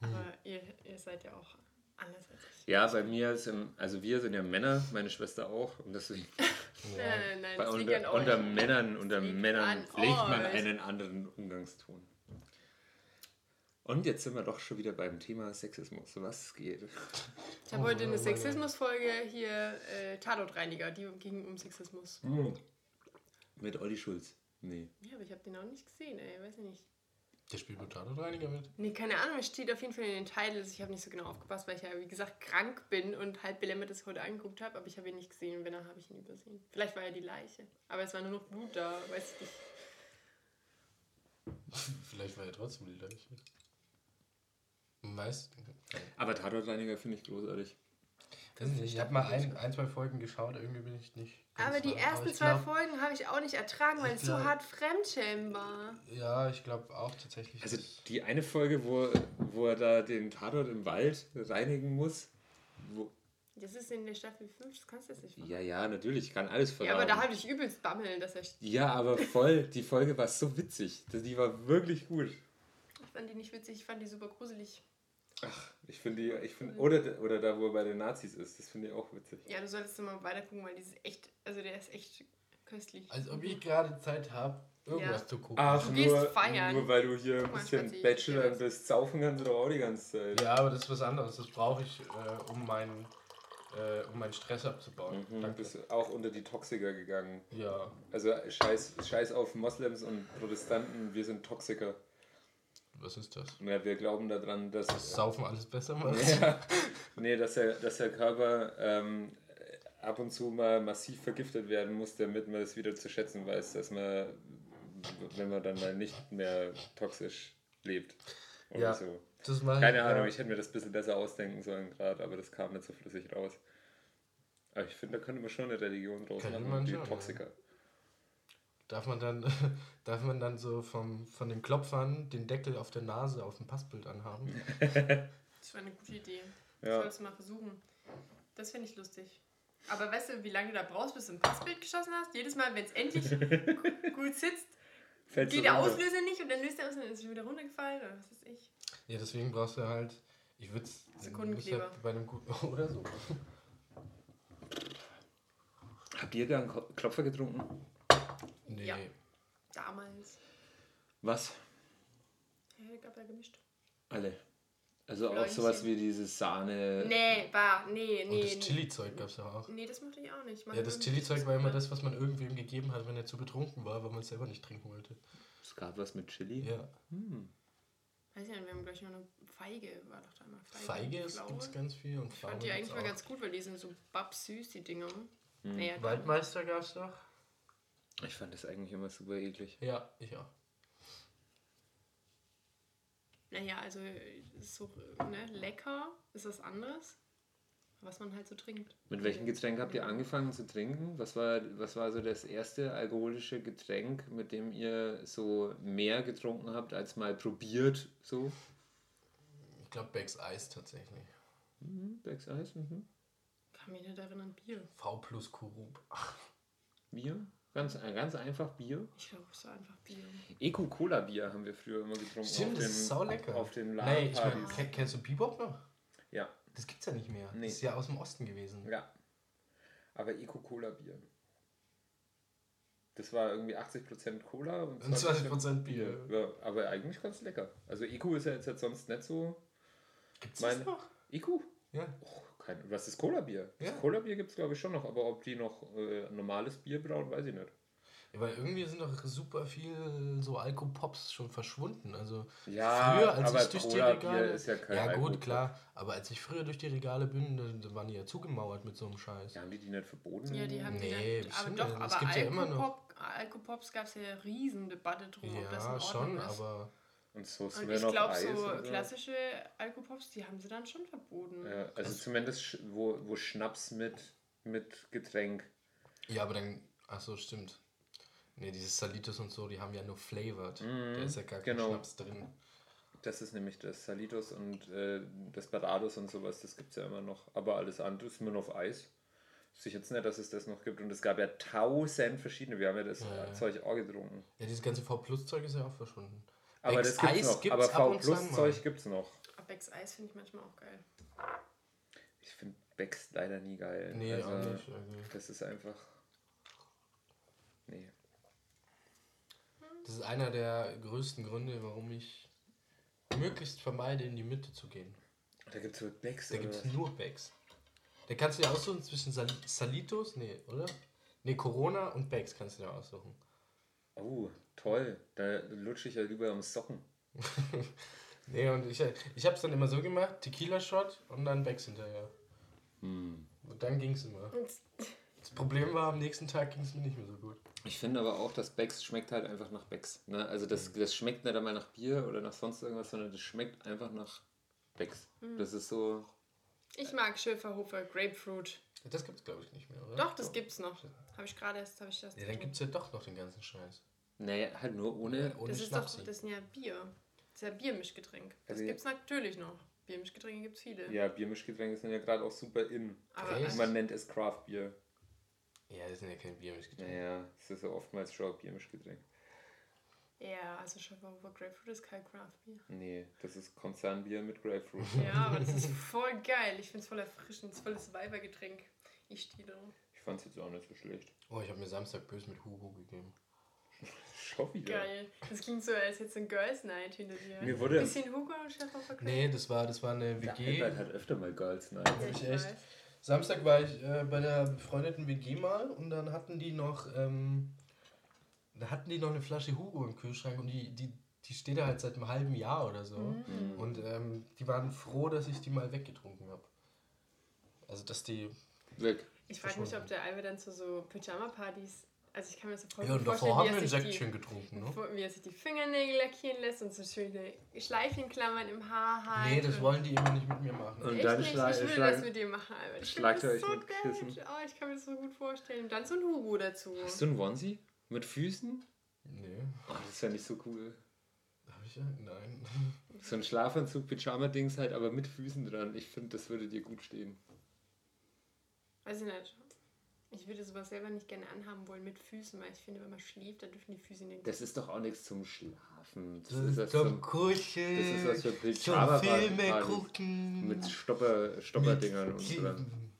[SPEAKER 2] Aber ihr, ihr seid ja auch anders als ich.
[SPEAKER 1] Ja, bei mir ist, im, also wir sind ja Männer, meine Schwester auch, und deswegen
[SPEAKER 2] Nein, nein, Äh, nein,
[SPEAKER 1] bei,
[SPEAKER 2] das liegt an
[SPEAKER 1] unter, unter
[SPEAKER 2] euch.
[SPEAKER 1] Männern, unter
[SPEAKER 2] liegt
[SPEAKER 1] Männern
[SPEAKER 2] an
[SPEAKER 1] pflegt man
[SPEAKER 2] euch.
[SPEAKER 1] einen anderen Umgangston. Und jetzt sind wir doch schon wieder beim Thema Sexismus, was geht.
[SPEAKER 2] Ich habe heute eine
[SPEAKER 3] Oh, meine-
[SPEAKER 2] Sexismus-Folge hier, äh, Tatortreiniger, die ging um Sexismus.
[SPEAKER 1] Hm. Mit Olli Schulz. Nee.
[SPEAKER 2] Ja, aber ich habe den auch nicht gesehen, ey, weiß ich nicht.
[SPEAKER 3] Der spielt mit Tatortreiniger mit.
[SPEAKER 2] Nee, keine Ahnung, es steht auf jeden Fall in den Titles. Ich habe nicht so genau aufgepasst, weil ich ja, wie gesagt, krank bin und halb belämmert das heute angeguckt habe, aber ich habe ihn nicht gesehen und wenn, dann habe ich ihn übersehen. Vielleicht war ja die Leiche, aber es war nur noch Blut da, weiß ich nicht.
[SPEAKER 3] Vielleicht war er trotzdem die Leiche. Weißt
[SPEAKER 1] Aber Tatortreiniger finde ich großartig.
[SPEAKER 3] du? Ich habe mal ein, ein, zwei Folgen geschaut, irgendwie bin ich nicht. ganz
[SPEAKER 2] Aber die
[SPEAKER 3] dran.
[SPEAKER 2] ersten
[SPEAKER 3] ich
[SPEAKER 2] zwei
[SPEAKER 3] glaub-
[SPEAKER 2] Folgen habe ich auch nicht ertragen, weil
[SPEAKER 3] Ich
[SPEAKER 2] es so
[SPEAKER 3] glaub-
[SPEAKER 2] hart Fremdschämen war.
[SPEAKER 3] Ja, ich glaube auch tatsächlich.
[SPEAKER 1] Also
[SPEAKER 3] dass-
[SPEAKER 1] die eine Folge, wo, wo er da den Tatort im Wald reinigen muss. Wo,
[SPEAKER 2] Das ist in der Staffel 5, das kannst du jetzt nicht machen.
[SPEAKER 1] ja, ja, natürlich, kann alles
[SPEAKER 2] Ja,
[SPEAKER 1] verraten.
[SPEAKER 2] aber da habe ich übelst Bammel, dass er
[SPEAKER 1] ja, aber voll, die Folge war so witzig. Das- Die war wirklich gut.
[SPEAKER 2] Ich fand die nicht witzig, ich fand die super gruselig.
[SPEAKER 1] Ich finde die, ich
[SPEAKER 2] Hm.
[SPEAKER 1] finde, oder, oder da, wo er bei den Nazis ist, das finde ich auch witzig.
[SPEAKER 2] Ja, du solltest mal weiter gucken, weil die ist echt, also der ist echt köstlich.
[SPEAKER 3] Als ob ich gerade Zeit habe, irgendwas
[SPEAKER 2] Ja.
[SPEAKER 3] zu gucken.
[SPEAKER 1] Ach,
[SPEAKER 2] Du gehst
[SPEAKER 1] nur,
[SPEAKER 2] feiern.
[SPEAKER 1] nur weil du hier ein
[SPEAKER 2] Guck mal,
[SPEAKER 1] bisschen
[SPEAKER 2] Schatzi,
[SPEAKER 1] Bachelor
[SPEAKER 2] hier was.
[SPEAKER 1] bist, saufen kannst du doch auch die ganze Zeit.
[SPEAKER 3] Ja, aber das ist was anderes. Das brauche ich, äh, um, meinen, äh, um meinen Stress abzubauen.
[SPEAKER 1] Mhm,
[SPEAKER 3] Danke.
[SPEAKER 1] bist du auch unter die Toxiker gegangen.
[SPEAKER 3] Ja.
[SPEAKER 1] Also scheiß, scheiß auf Moslems und Protestanten, wir sind Toxiker.
[SPEAKER 3] Was ist das?
[SPEAKER 1] Ja, wir glauben daran, [laughs]
[SPEAKER 3] Das
[SPEAKER 1] dass,
[SPEAKER 3] Saufen alles besser macht?
[SPEAKER 1] nee, dass, der, dass der Körper ähm, ab und zu mal massiv vergiftet werden muss, damit man es wieder zu schätzen weiß, dass man, wenn man dann mal nicht mehr toxisch lebt. Oder
[SPEAKER 3] Ja.
[SPEAKER 1] so.
[SPEAKER 3] [laughs] Das mache
[SPEAKER 1] Keine
[SPEAKER 3] ich,
[SPEAKER 1] Ahnung,
[SPEAKER 3] äh,
[SPEAKER 1] ich hätte mir das ein bisschen besser ausdenken sollen gerade, aber das kam nicht so flüssig raus. Aber ich finde, da könnte man schon eine Religion draus
[SPEAKER 3] Könnte
[SPEAKER 1] machen,
[SPEAKER 3] man
[SPEAKER 1] die
[SPEAKER 3] schon, ja.
[SPEAKER 1] Toxiker.
[SPEAKER 3] Darf man dann, [laughs] darf man dann so vom, von den Klopfern den Deckel auf der Nase auf dem
[SPEAKER 1] [laughs]
[SPEAKER 3] Passbild anhaben?
[SPEAKER 2] Das war eine gute Idee.
[SPEAKER 1] Ja.
[SPEAKER 2] Ich soll es mal versuchen. Das finde ich lustig. Aber weißt du, wie lange du da brauchst, bis du ein Passbild geschossen hast? Jedes Mal, wenn
[SPEAKER 1] [laughs]
[SPEAKER 2] es endlich gu- gut sitzt,
[SPEAKER 1] Fällt so
[SPEAKER 2] geht der
[SPEAKER 1] runter.
[SPEAKER 2] Auslöser nicht und dann löst der Auslöser und dann ist schon wieder runtergefallen. Oder was weiß ich.
[SPEAKER 3] Ja, deswegen brauchst du halt. Ich würde es.
[SPEAKER 2] Sekundenkleber.
[SPEAKER 3] Bei einem guten. [laughs] Oder so.
[SPEAKER 1] Habt ihr da einen Ko- Klopfer getrunken?
[SPEAKER 3] Nee.
[SPEAKER 2] Ja. Damals.
[SPEAKER 1] Was?
[SPEAKER 2] Ja, gab ja gemischt.
[SPEAKER 1] Alle. Also auch
[SPEAKER 2] Läumchen.
[SPEAKER 1] sowas wie diese Sahne.
[SPEAKER 2] Nee, war, nee,
[SPEAKER 3] Und
[SPEAKER 2] nee.
[SPEAKER 3] Oh, das Chili-Zeug gab es ja auch.
[SPEAKER 2] Nee, das mochte ich auch nicht. Ich mag
[SPEAKER 3] Ja, das
[SPEAKER 2] nur
[SPEAKER 3] Chili-Zeug war
[SPEAKER 2] Chips.
[SPEAKER 3] immer das, was man irgendwem gegeben hat, wenn er zu betrunken war, weil man es selber nicht trinken wollte.
[SPEAKER 1] Es gab was mit Chili. Hm.
[SPEAKER 3] Ja.
[SPEAKER 2] Weiß ich nicht, wir haben gleich noch eine Feige, war doch da mal Feige.
[SPEAKER 3] Feige
[SPEAKER 2] und
[SPEAKER 3] ist-
[SPEAKER 2] Pflaume.
[SPEAKER 3] gibt's ganz viel. Und
[SPEAKER 2] Ich fand die eigentlich mal ganz gut, weil die sind so babsüß, die Dinger.
[SPEAKER 1] Hm.
[SPEAKER 2] Naja, dann-
[SPEAKER 3] Waldmeister gab es noch?
[SPEAKER 1] Ich fand das eigentlich immer super eklig.
[SPEAKER 3] Ja, ich auch.
[SPEAKER 2] naja, also äh, ist so äh, ne, lecker ist was anderes. was man halt so trinkt.
[SPEAKER 1] Mit welchem Getränk habt ihr angefangen zu trinken? Was war, was war so das erste alkoholische Getränk, mit dem ihr so mehr getrunken habt, als mal probiert? So?
[SPEAKER 3] Ich glaube, Becks Eis tatsächlich.
[SPEAKER 1] Mhm, Becks Eis, mhm.
[SPEAKER 2] Kann mich nicht erinnern, Bier.
[SPEAKER 3] V plus Kurup.
[SPEAKER 1] Bier? Ganz, äh, ganz einfach Bier.
[SPEAKER 2] Ich glaube, es war einfach Bier.
[SPEAKER 3] Hm,
[SPEAKER 1] Eco-Cola-Bier haben wir früher immer getrunken.
[SPEAKER 3] Stimmt, das ist sau lecker.
[SPEAKER 1] Auf den
[SPEAKER 3] Nee, ich
[SPEAKER 1] Ladenpartys.
[SPEAKER 3] mein, ke- kennst du Bebop noch?
[SPEAKER 1] ja,
[SPEAKER 3] Das gibt's ja nicht mehr.
[SPEAKER 1] Nee.
[SPEAKER 3] Das ist ja aus dem Osten gewesen.
[SPEAKER 1] ja. Aber Eco-Cola-Bier. Das war irgendwie 80% Cola und
[SPEAKER 3] Und 20% Bier.
[SPEAKER 1] Ja, aber eigentlich ganz lecker. Also Eco ist ja jetzt halt sonst nicht so.
[SPEAKER 3] Gibt's
[SPEAKER 1] Mein-
[SPEAKER 3] das noch?
[SPEAKER 1] Eco?
[SPEAKER 3] Ja.
[SPEAKER 1] Oh, kein, was ist Cola-Bier? Das
[SPEAKER 3] Ja.
[SPEAKER 1] Cola-Bier gibt es glaube ich schon noch, aber ob die noch äh, normales Bier brauen, weiß ich nicht.
[SPEAKER 3] ja. Weil irgendwie sind doch super viel so Alkopops schon verschwunden. Also
[SPEAKER 1] Ja,
[SPEAKER 3] früher, als
[SPEAKER 1] aber
[SPEAKER 3] ich durch die
[SPEAKER 1] Cola-Bier
[SPEAKER 3] Regale.
[SPEAKER 1] ist ja kein
[SPEAKER 3] ja, gut,
[SPEAKER 1] Alkopop.
[SPEAKER 3] klar. Aber als ich früher durch die Regale bin, dann, dann waren die ja zugemauert mit so einem Scheiß.
[SPEAKER 1] Ja, haben die die nicht verboten?
[SPEAKER 2] Ja, die haben
[SPEAKER 3] Nee,
[SPEAKER 2] die dann, aber
[SPEAKER 3] bestimmt
[SPEAKER 2] doch,
[SPEAKER 3] nicht.
[SPEAKER 2] aber
[SPEAKER 3] Es gibt ja immer noch-
[SPEAKER 2] Alkopop, Alkopops gab es ja eine riesen Debatte drum, ob das in
[SPEAKER 3] Ja,
[SPEAKER 2] Ordnung
[SPEAKER 3] schon,
[SPEAKER 2] ist.
[SPEAKER 3] aber
[SPEAKER 1] Und so
[SPEAKER 2] Und
[SPEAKER 1] Smirnoff
[SPEAKER 2] ich glaube,
[SPEAKER 1] Eis
[SPEAKER 2] so
[SPEAKER 1] und
[SPEAKER 2] klassische Alkopops, die haben sie dann schon verboten.
[SPEAKER 1] Ja, also zumindest sch- wo, wo Schnaps mit, mit Getränk.
[SPEAKER 3] Ja, aber dann, ach so, stimmt. Ne, dieses Salitos und so, die haben ja nur flavored. da ist ja gar kein
[SPEAKER 1] genau.
[SPEAKER 3] Schnaps drin.
[SPEAKER 1] Das ist nämlich das Salitos und äh, Desperados und sowas, das gibt es ja immer noch. Aber alles andere ist nur auf Eis. Wüsste ich jetzt nicht, dass es das noch gibt. Und es gab ja tausend verschiedene. Wir haben ja das
[SPEAKER 3] Ja, ja.
[SPEAKER 1] Zeug auch getrunken.
[SPEAKER 3] Ja, dieses ganze V-Plus-Zeug ist ja auch verschwunden.
[SPEAKER 1] Aber
[SPEAKER 3] Becks
[SPEAKER 1] das gibt's
[SPEAKER 3] Eis
[SPEAKER 1] noch. Aber
[SPEAKER 3] gibt's ab und zu mal.
[SPEAKER 1] V-Plus-Zeug gibt es noch.
[SPEAKER 2] Aber Becks Eis finde ich manchmal auch geil.
[SPEAKER 1] Ich finde Becks leider nie geil.
[SPEAKER 3] Nee,
[SPEAKER 1] also,
[SPEAKER 3] auch nicht. Also,
[SPEAKER 1] Das ist einfach. Nee.
[SPEAKER 3] das ist einer der größten Gründe, warum ich möglichst vermeide, in die Mitte zu gehen.
[SPEAKER 1] Da gibt es wohl Becks.
[SPEAKER 3] Da
[SPEAKER 1] oder
[SPEAKER 3] gibt es
[SPEAKER 1] was?
[SPEAKER 3] nur Bags. Da kannst du ja aussuchen zwischen Sal Salitos, nee, oder? Nee, Corona und Bags kannst du da aussuchen.
[SPEAKER 1] Oh, toll. Da lutsche ich ja lieber am Socken.
[SPEAKER 3] Nee, und ich, ich hab's dann immer so gemacht, Tequila-Shot und dann Bags hinterher.
[SPEAKER 1] Hm.
[SPEAKER 3] Und dann ging's immer. Das Problem war, am nächsten Tag ging es mir nicht mehr so gut.
[SPEAKER 1] Ich finde aber auch, dass Becks schmeckt halt einfach nach Becks. Ne? Also das,
[SPEAKER 2] Mhm.
[SPEAKER 1] das schmeckt nicht einmal nach Bier oder nach sonst irgendwas, sondern das schmeckt einfach nach Becks.
[SPEAKER 2] Mhm.
[SPEAKER 1] Das ist so.
[SPEAKER 2] Ich mag Schäferhofer Grapefruit.
[SPEAKER 3] Das gibt's, glaube ich, nicht mehr, oder?
[SPEAKER 2] Doch, das gibt's noch. Habe ich gerade erst, habe ich das.
[SPEAKER 3] Ja, dann gibt's ja doch noch den ganzen Scheiß.
[SPEAKER 1] Nee, halt nur ohne.
[SPEAKER 3] Ohne
[SPEAKER 2] das ist doch,
[SPEAKER 3] Schnapsi.
[SPEAKER 2] das ist ja Bier. Das ist ja Biermischgetränk. Das
[SPEAKER 1] Also-
[SPEAKER 2] gibt's natürlich noch. Biermischgetränke gibt's viele.
[SPEAKER 1] Ja, Biermischgetränke sind ja gerade auch super in.
[SPEAKER 2] Aber also,
[SPEAKER 3] Echt?
[SPEAKER 1] Man nennt es Craft Bier.
[SPEAKER 3] ja, das sind ja kein Bier mitgetrunken.
[SPEAKER 1] Naja, es ist ja oftmals schon ein Biermischgetränk.
[SPEAKER 2] ja, also Schäferhofer Grapefruit ist kein Craft Bier.
[SPEAKER 1] Nee, das ist Konzernbier mit Grapefruit.
[SPEAKER 2] Ja, aber das
[SPEAKER 3] [laughs]
[SPEAKER 2] ist voll geil. Ich find's voll erfrischend. Das ist volles Weibergetränk. Ich stehe da.
[SPEAKER 1] Ich fand es jetzt auch nicht so schlecht.
[SPEAKER 3] Oh, ich habe mir Samstag böse mit Hugo gegeben.
[SPEAKER 1] Schau wieder.
[SPEAKER 2] Geil. Das klingt so, als hätte ein Girls Night hinter dir.
[SPEAKER 1] Mir wurde-
[SPEAKER 2] Bisschen Hugo und Schäferhofer Grapefruit.
[SPEAKER 3] Nee, das war, das war eine
[SPEAKER 1] Der
[SPEAKER 3] WG.
[SPEAKER 1] Albert hat halt öfter mal Girls Night.
[SPEAKER 2] Ja,
[SPEAKER 3] ich
[SPEAKER 2] ich
[SPEAKER 3] echt.
[SPEAKER 2] weiß.
[SPEAKER 3] Samstag war ich äh, bei der befreundeten WG mal und dann hatten die noch, ähm, da hatten die noch eine Flasche Hugo im Kühlschrank und die, die, die steht da halt seit einem halben Jahr oder so.
[SPEAKER 2] Mhm.
[SPEAKER 3] Und ähm, die waren froh, dass ich die mal weggetrunken habe. Also, dass die.
[SPEAKER 1] Weg.
[SPEAKER 2] Ich frage mich, ob der Alve dann zu so Pyjama-Partys. Also ich kann mir das so voll
[SPEAKER 3] Ja,
[SPEAKER 2] gut
[SPEAKER 3] und davor haben wir ein
[SPEAKER 2] vorstellen, wie er, sich
[SPEAKER 3] Säckchen
[SPEAKER 2] die,
[SPEAKER 3] getrunken, ne?
[SPEAKER 2] wie er sich die Fingernägel lackieren lässt und so schöne Schleifchenklammern im Haar hat.
[SPEAKER 3] Nee, das
[SPEAKER 2] und-
[SPEAKER 3] wollen die immer nicht mit mir machen.
[SPEAKER 1] Und
[SPEAKER 2] Echt
[SPEAKER 1] dann
[SPEAKER 2] nicht?
[SPEAKER 1] schla-
[SPEAKER 2] ich will
[SPEAKER 1] schlag-
[SPEAKER 2] das mit dir machen, Albert. Ich
[SPEAKER 1] schlagt
[SPEAKER 2] find
[SPEAKER 1] ihr
[SPEAKER 2] das
[SPEAKER 1] euch
[SPEAKER 2] so
[SPEAKER 1] mit
[SPEAKER 2] geil.
[SPEAKER 1] Kissen.
[SPEAKER 2] Oh, ich kann mir das so gut vorstellen. Und dann so ein Hugo dazu.
[SPEAKER 1] Hast du einen Wonsi? Mit Füßen?
[SPEAKER 3] Nee,
[SPEAKER 1] Oh, das wäre nicht so cool.
[SPEAKER 3] hab ich ja? Nein.
[SPEAKER 1] So ein Schlafanzug, Pyjama-Dings halt, aber mit Füßen dran. Ich finde, das würde dir gut stehen.
[SPEAKER 2] Weiß ich nicht. Ich würde sowas selber nicht gerne anhaben wollen mit Füßen, weil ich finde, wenn man schläft, dann dürfen die Füße nicht.
[SPEAKER 1] Das ist doch auch nichts zum Schlafen. Das,
[SPEAKER 3] Das
[SPEAKER 1] ist
[SPEAKER 3] ist
[SPEAKER 1] was
[SPEAKER 3] zum
[SPEAKER 1] zum,
[SPEAKER 3] Kuscheln.
[SPEAKER 1] das ist was für
[SPEAKER 3] zum
[SPEAKER 1] Pyjama-Partys.
[SPEAKER 3] Filme gucken.
[SPEAKER 1] mit Stopper, Stopperdingern und dran.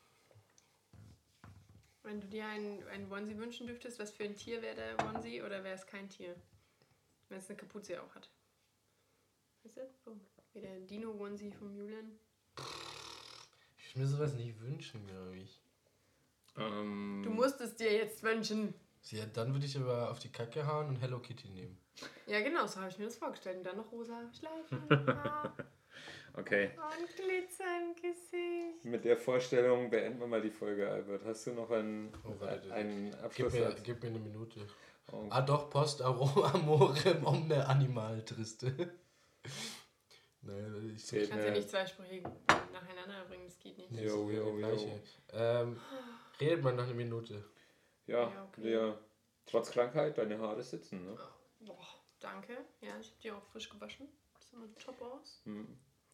[SPEAKER 2] Wenn du dir einen, einen Onesie wünschen dürftest, was für ein Tier wäre der Onesie oder wäre es kein Tier? Wenn es eine Kapuze auch hat. Weißt du? So. Wie der Dino-Onesie von Julian.
[SPEAKER 3] Ich mir sowas nicht wünschen, glaube ich.
[SPEAKER 1] Ähm,
[SPEAKER 2] Du musst es dir jetzt wünschen.
[SPEAKER 3] Sie, ja, dann würde ich aber auf die Kacke hauen und Hello Kitty nehmen.
[SPEAKER 2] Ja, genau, so habe ich mir das vorgestellt. Und dann noch rosa Schleifen im Haar
[SPEAKER 1] okay.
[SPEAKER 2] und Glitzer im Gesicht.
[SPEAKER 1] Mit der Vorstellung beenden wir mal die Folge, Albert. Hast du noch einen,
[SPEAKER 3] Oh, warte.
[SPEAKER 1] einen
[SPEAKER 3] Gib
[SPEAKER 1] Abschluss?
[SPEAKER 3] mir, gib mir eine Minute.
[SPEAKER 1] Oh.
[SPEAKER 3] [laughs] Ah doch, Post Aro- Amore Omne Animal Triste. Nee, ich
[SPEAKER 1] Zählt
[SPEAKER 2] Ich kann ja
[SPEAKER 1] nicht.
[SPEAKER 2] nicht zwei Sprüche nacheinander bringen, das geht nicht.
[SPEAKER 3] Nee,
[SPEAKER 1] Jo, jo,
[SPEAKER 3] jo, jo,
[SPEAKER 1] jo.
[SPEAKER 3] gleiche. Ähm, redet man noch eine Minute.
[SPEAKER 1] Ja,
[SPEAKER 2] Ja, okay.
[SPEAKER 1] Lea, trotz Krankheit, deine Haare sitzen, ne?
[SPEAKER 2] Oh, Boah, danke. Ja, ich habe die auch frisch gewaschen. Das sieht immer top aus.
[SPEAKER 1] Hm.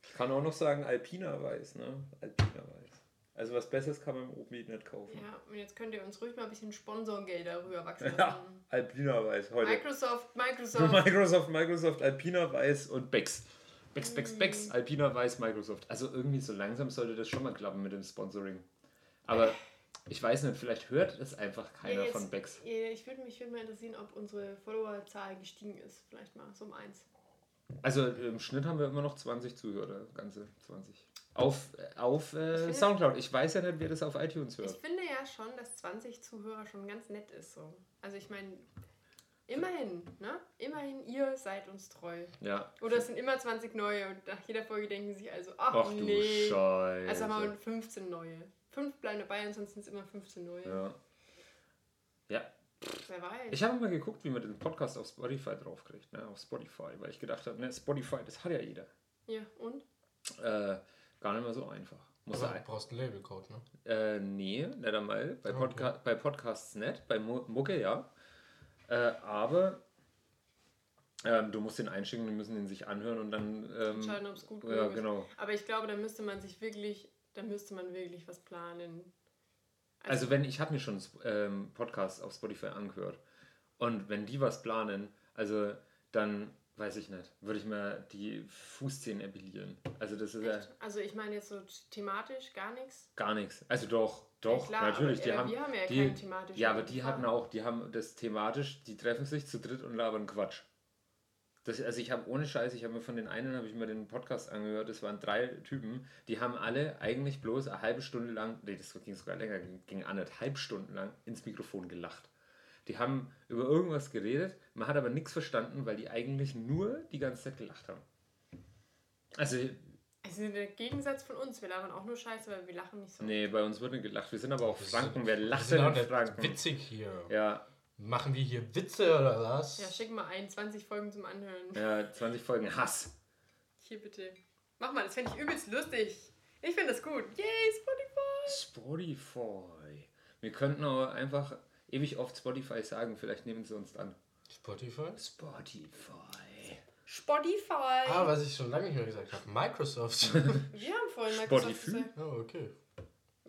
[SPEAKER 1] Ich kann auch noch sagen, Alpina Weiß, ne? Alpina Weiß. Also was Besseres kann man im Open Meat nicht kaufen.
[SPEAKER 2] Ja, und jetzt könnt ihr uns ruhig mal ein bisschen Sponsorgelder rüberwachsen
[SPEAKER 1] [laughs] Ja,
[SPEAKER 2] lassen.
[SPEAKER 1] Alpina Weiß heute.
[SPEAKER 2] Microsoft, Microsoft.
[SPEAKER 1] Microsoft, Microsoft, Alpina Weiß und Bex. Bex, Bex,
[SPEAKER 2] Hm.
[SPEAKER 1] Bex, Alpina Weiß, Microsoft. Also irgendwie so langsam sollte das schon mal klappen mit dem Sponsoring. Aber ich weiß nicht, vielleicht hört es einfach keiner
[SPEAKER 2] Ja, jetzt-
[SPEAKER 1] von Bex.
[SPEAKER 2] Äh, Ich würde mich würd mal interessieren, ob unsere Followerzahl gestiegen ist. Vielleicht mal so um eins.
[SPEAKER 1] Also im Schnitt haben wir immer noch 20 Zuhörer, ganze 20. Auf, auf äh,
[SPEAKER 2] finde-
[SPEAKER 1] Soundcloud. Ich weiß ja nicht, wer das auf iTunes
[SPEAKER 2] Ich
[SPEAKER 1] hört.
[SPEAKER 2] finde ja schon, dass 20 Zuhörer schon ganz nett ist. So. Also ich meine, immerhin, ne? Immerhin, ihr seid uns treu.
[SPEAKER 1] Ja.
[SPEAKER 2] Oder es sind immer 20 neue und nach jeder Folge denken sie sich also, ach,
[SPEAKER 1] Ach du
[SPEAKER 2] nee.
[SPEAKER 1] Scheiße.
[SPEAKER 2] Also haben wir 15 neue. Fünf bleiben dabei, ansonsten sind es immer 15 neue.
[SPEAKER 1] ja. ja.
[SPEAKER 2] Wer weiß.
[SPEAKER 1] Ich habe mal geguckt, wie man den Podcast auf Spotify draufkriegt. Ne? Auf Spotify. Weil ich gedacht habe, ne, Spotify, das hat ja jeder.
[SPEAKER 2] ja, und?
[SPEAKER 1] Äh, gar nicht mal so einfach. Muss
[SPEAKER 3] Aber
[SPEAKER 1] sein.
[SPEAKER 3] du brauchst einen Also, Labelcode, ne?
[SPEAKER 1] Äh, nee, nicht einmal. Bei,
[SPEAKER 3] Okay.
[SPEAKER 1] Podca bei Podcasts nicht, bei Mu Mucke ja. Äh, aber ähm, du musst den einschicken, die müssen den sich anhören und dann. Ähm,
[SPEAKER 2] Entscheiden, ob's gut
[SPEAKER 1] Ja,
[SPEAKER 2] genug ist.
[SPEAKER 1] genau.
[SPEAKER 2] Aber ich glaube, da müsste man sich wirklich, da müsste man wirklich was planen.
[SPEAKER 1] Also, wenn ich habe mir schon Sp- ähm, Podcasts auf Spotify angehört und wenn die was planen, also dann weiß ich nicht, würde ich mir die Fußzehen epilieren. Also, das ist ja
[SPEAKER 2] Echt? Also ich meine jetzt so thematisch gar nichts.
[SPEAKER 1] gar nichts. Also, doch, doch,
[SPEAKER 2] Ja, klar,
[SPEAKER 1] natürlich.
[SPEAKER 2] aber,
[SPEAKER 1] die
[SPEAKER 2] äh,
[SPEAKER 1] haben,
[SPEAKER 2] wir haben ja
[SPEAKER 1] die,
[SPEAKER 2] keinen thematischen
[SPEAKER 1] Ja, aber die
[SPEAKER 2] Plan.
[SPEAKER 1] hatten auch, die haben das thematisch, die treffen sich zu dritt und labern Quatsch. Das, also ich habe ohne Scheiß, ich habe mir von den einen habe ich mir den Podcast angehört, das waren drei Typen, die haben alle eigentlich bloß eine halbe Stunde lang, nee, das ging sogar länger, ging, ging anderthalb Stunden lang ins Mikrofon gelacht. Die haben über irgendwas geredet, man hat aber nichts verstanden, weil die eigentlich nur die ganze Zeit gelacht haben. Also,
[SPEAKER 2] Also der Gegensatz von uns. Wir labern auch nur Scheiße, weil wir lachen nicht so.
[SPEAKER 1] nee, bei uns wird nicht gelacht. Wir sind aber auch
[SPEAKER 3] Wir
[SPEAKER 1] Franken,
[SPEAKER 3] sind-
[SPEAKER 1] wer
[SPEAKER 3] wir
[SPEAKER 1] lacht
[SPEAKER 3] sind
[SPEAKER 1] denn
[SPEAKER 3] auch
[SPEAKER 1] in
[SPEAKER 3] nicht
[SPEAKER 1] Franken?
[SPEAKER 3] Witzig hier.
[SPEAKER 1] Ja,
[SPEAKER 3] Machen wir hier Witze oder was?
[SPEAKER 2] Ja, schick mal ein, 20 Folgen zum Anhören.
[SPEAKER 1] ja, 20 Folgen Hass.
[SPEAKER 2] Hier bitte. Mach mal, das fände ich übelst lustig. Ich finde das gut. Yay, Spotify!
[SPEAKER 1] Spotify. Wir könnten auch einfach ewig oft Spotify sagen, vielleicht nehmen sie uns dann.
[SPEAKER 3] Spotify?
[SPEAKER 1] Spotify.
[SPEAKER 2] Spotify!
[SPEAKER 3] Ah, was ich schon lange nicht mehr gesagt habe.
[SPEAKER 1] [laughs]
[SPEAKER 3] Microsoft.
[SPEAKER 2] wir haben vorhin mal
[SPEAKER 1] Spotify?
[SPEAKER 2] gesagt, gesagt,
[SPEAKER 3] oh, okay.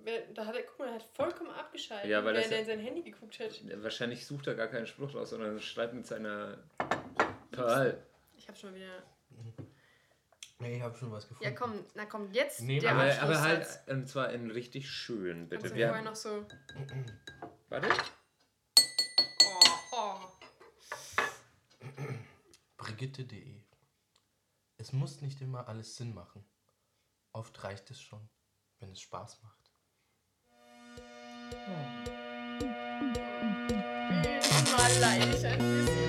[SPEAKER 2] wer- da hat er, guck mal, er hat vollkommen abgeschaltet,
[SPEAKER 1] Ja, weil das
[SPEAKER 2] während
[SPEAKER 1] ja-
[SPEAKER 2] er in sein Handy geguckt hat.
[SPEAKER 1] Wahrscheinlich sucht er gar keinen Spruch raus, sondern schreibt mit seiner Perl.
[SPEAKER 2] Ich habe schon wieder.
[SPEAKER 3] Nee, ich habe schon was gefunden.
[SPEAKER 2] Ja, komm, na komm, jetzt
[SPEAKER 3] Nee,
[SPEAKER 2] der
[SPEAKER 1] aber,
[SPEAKER 2] Abschlusssatz.
[SPEAKER 1] aber halt, und zwar in richtig schön,
[SPEAKER 2] Kannst
[SPEAKER 1] bitte.
[SPEAKER 2] du
[SPEAKER 1] Wir,
[SPEAKER 2] vorher noch so.
[SPEAKER 1] warte.
[SPEAKER 2] Oh, oh.
[SPEAKER 3] Brigitte.de Es muss nicht immer alles Sinn machen. Oft reicht es schon, wenn es Spaß macht.
[SPEAKER 2] Mal leid, ich ein bisschen.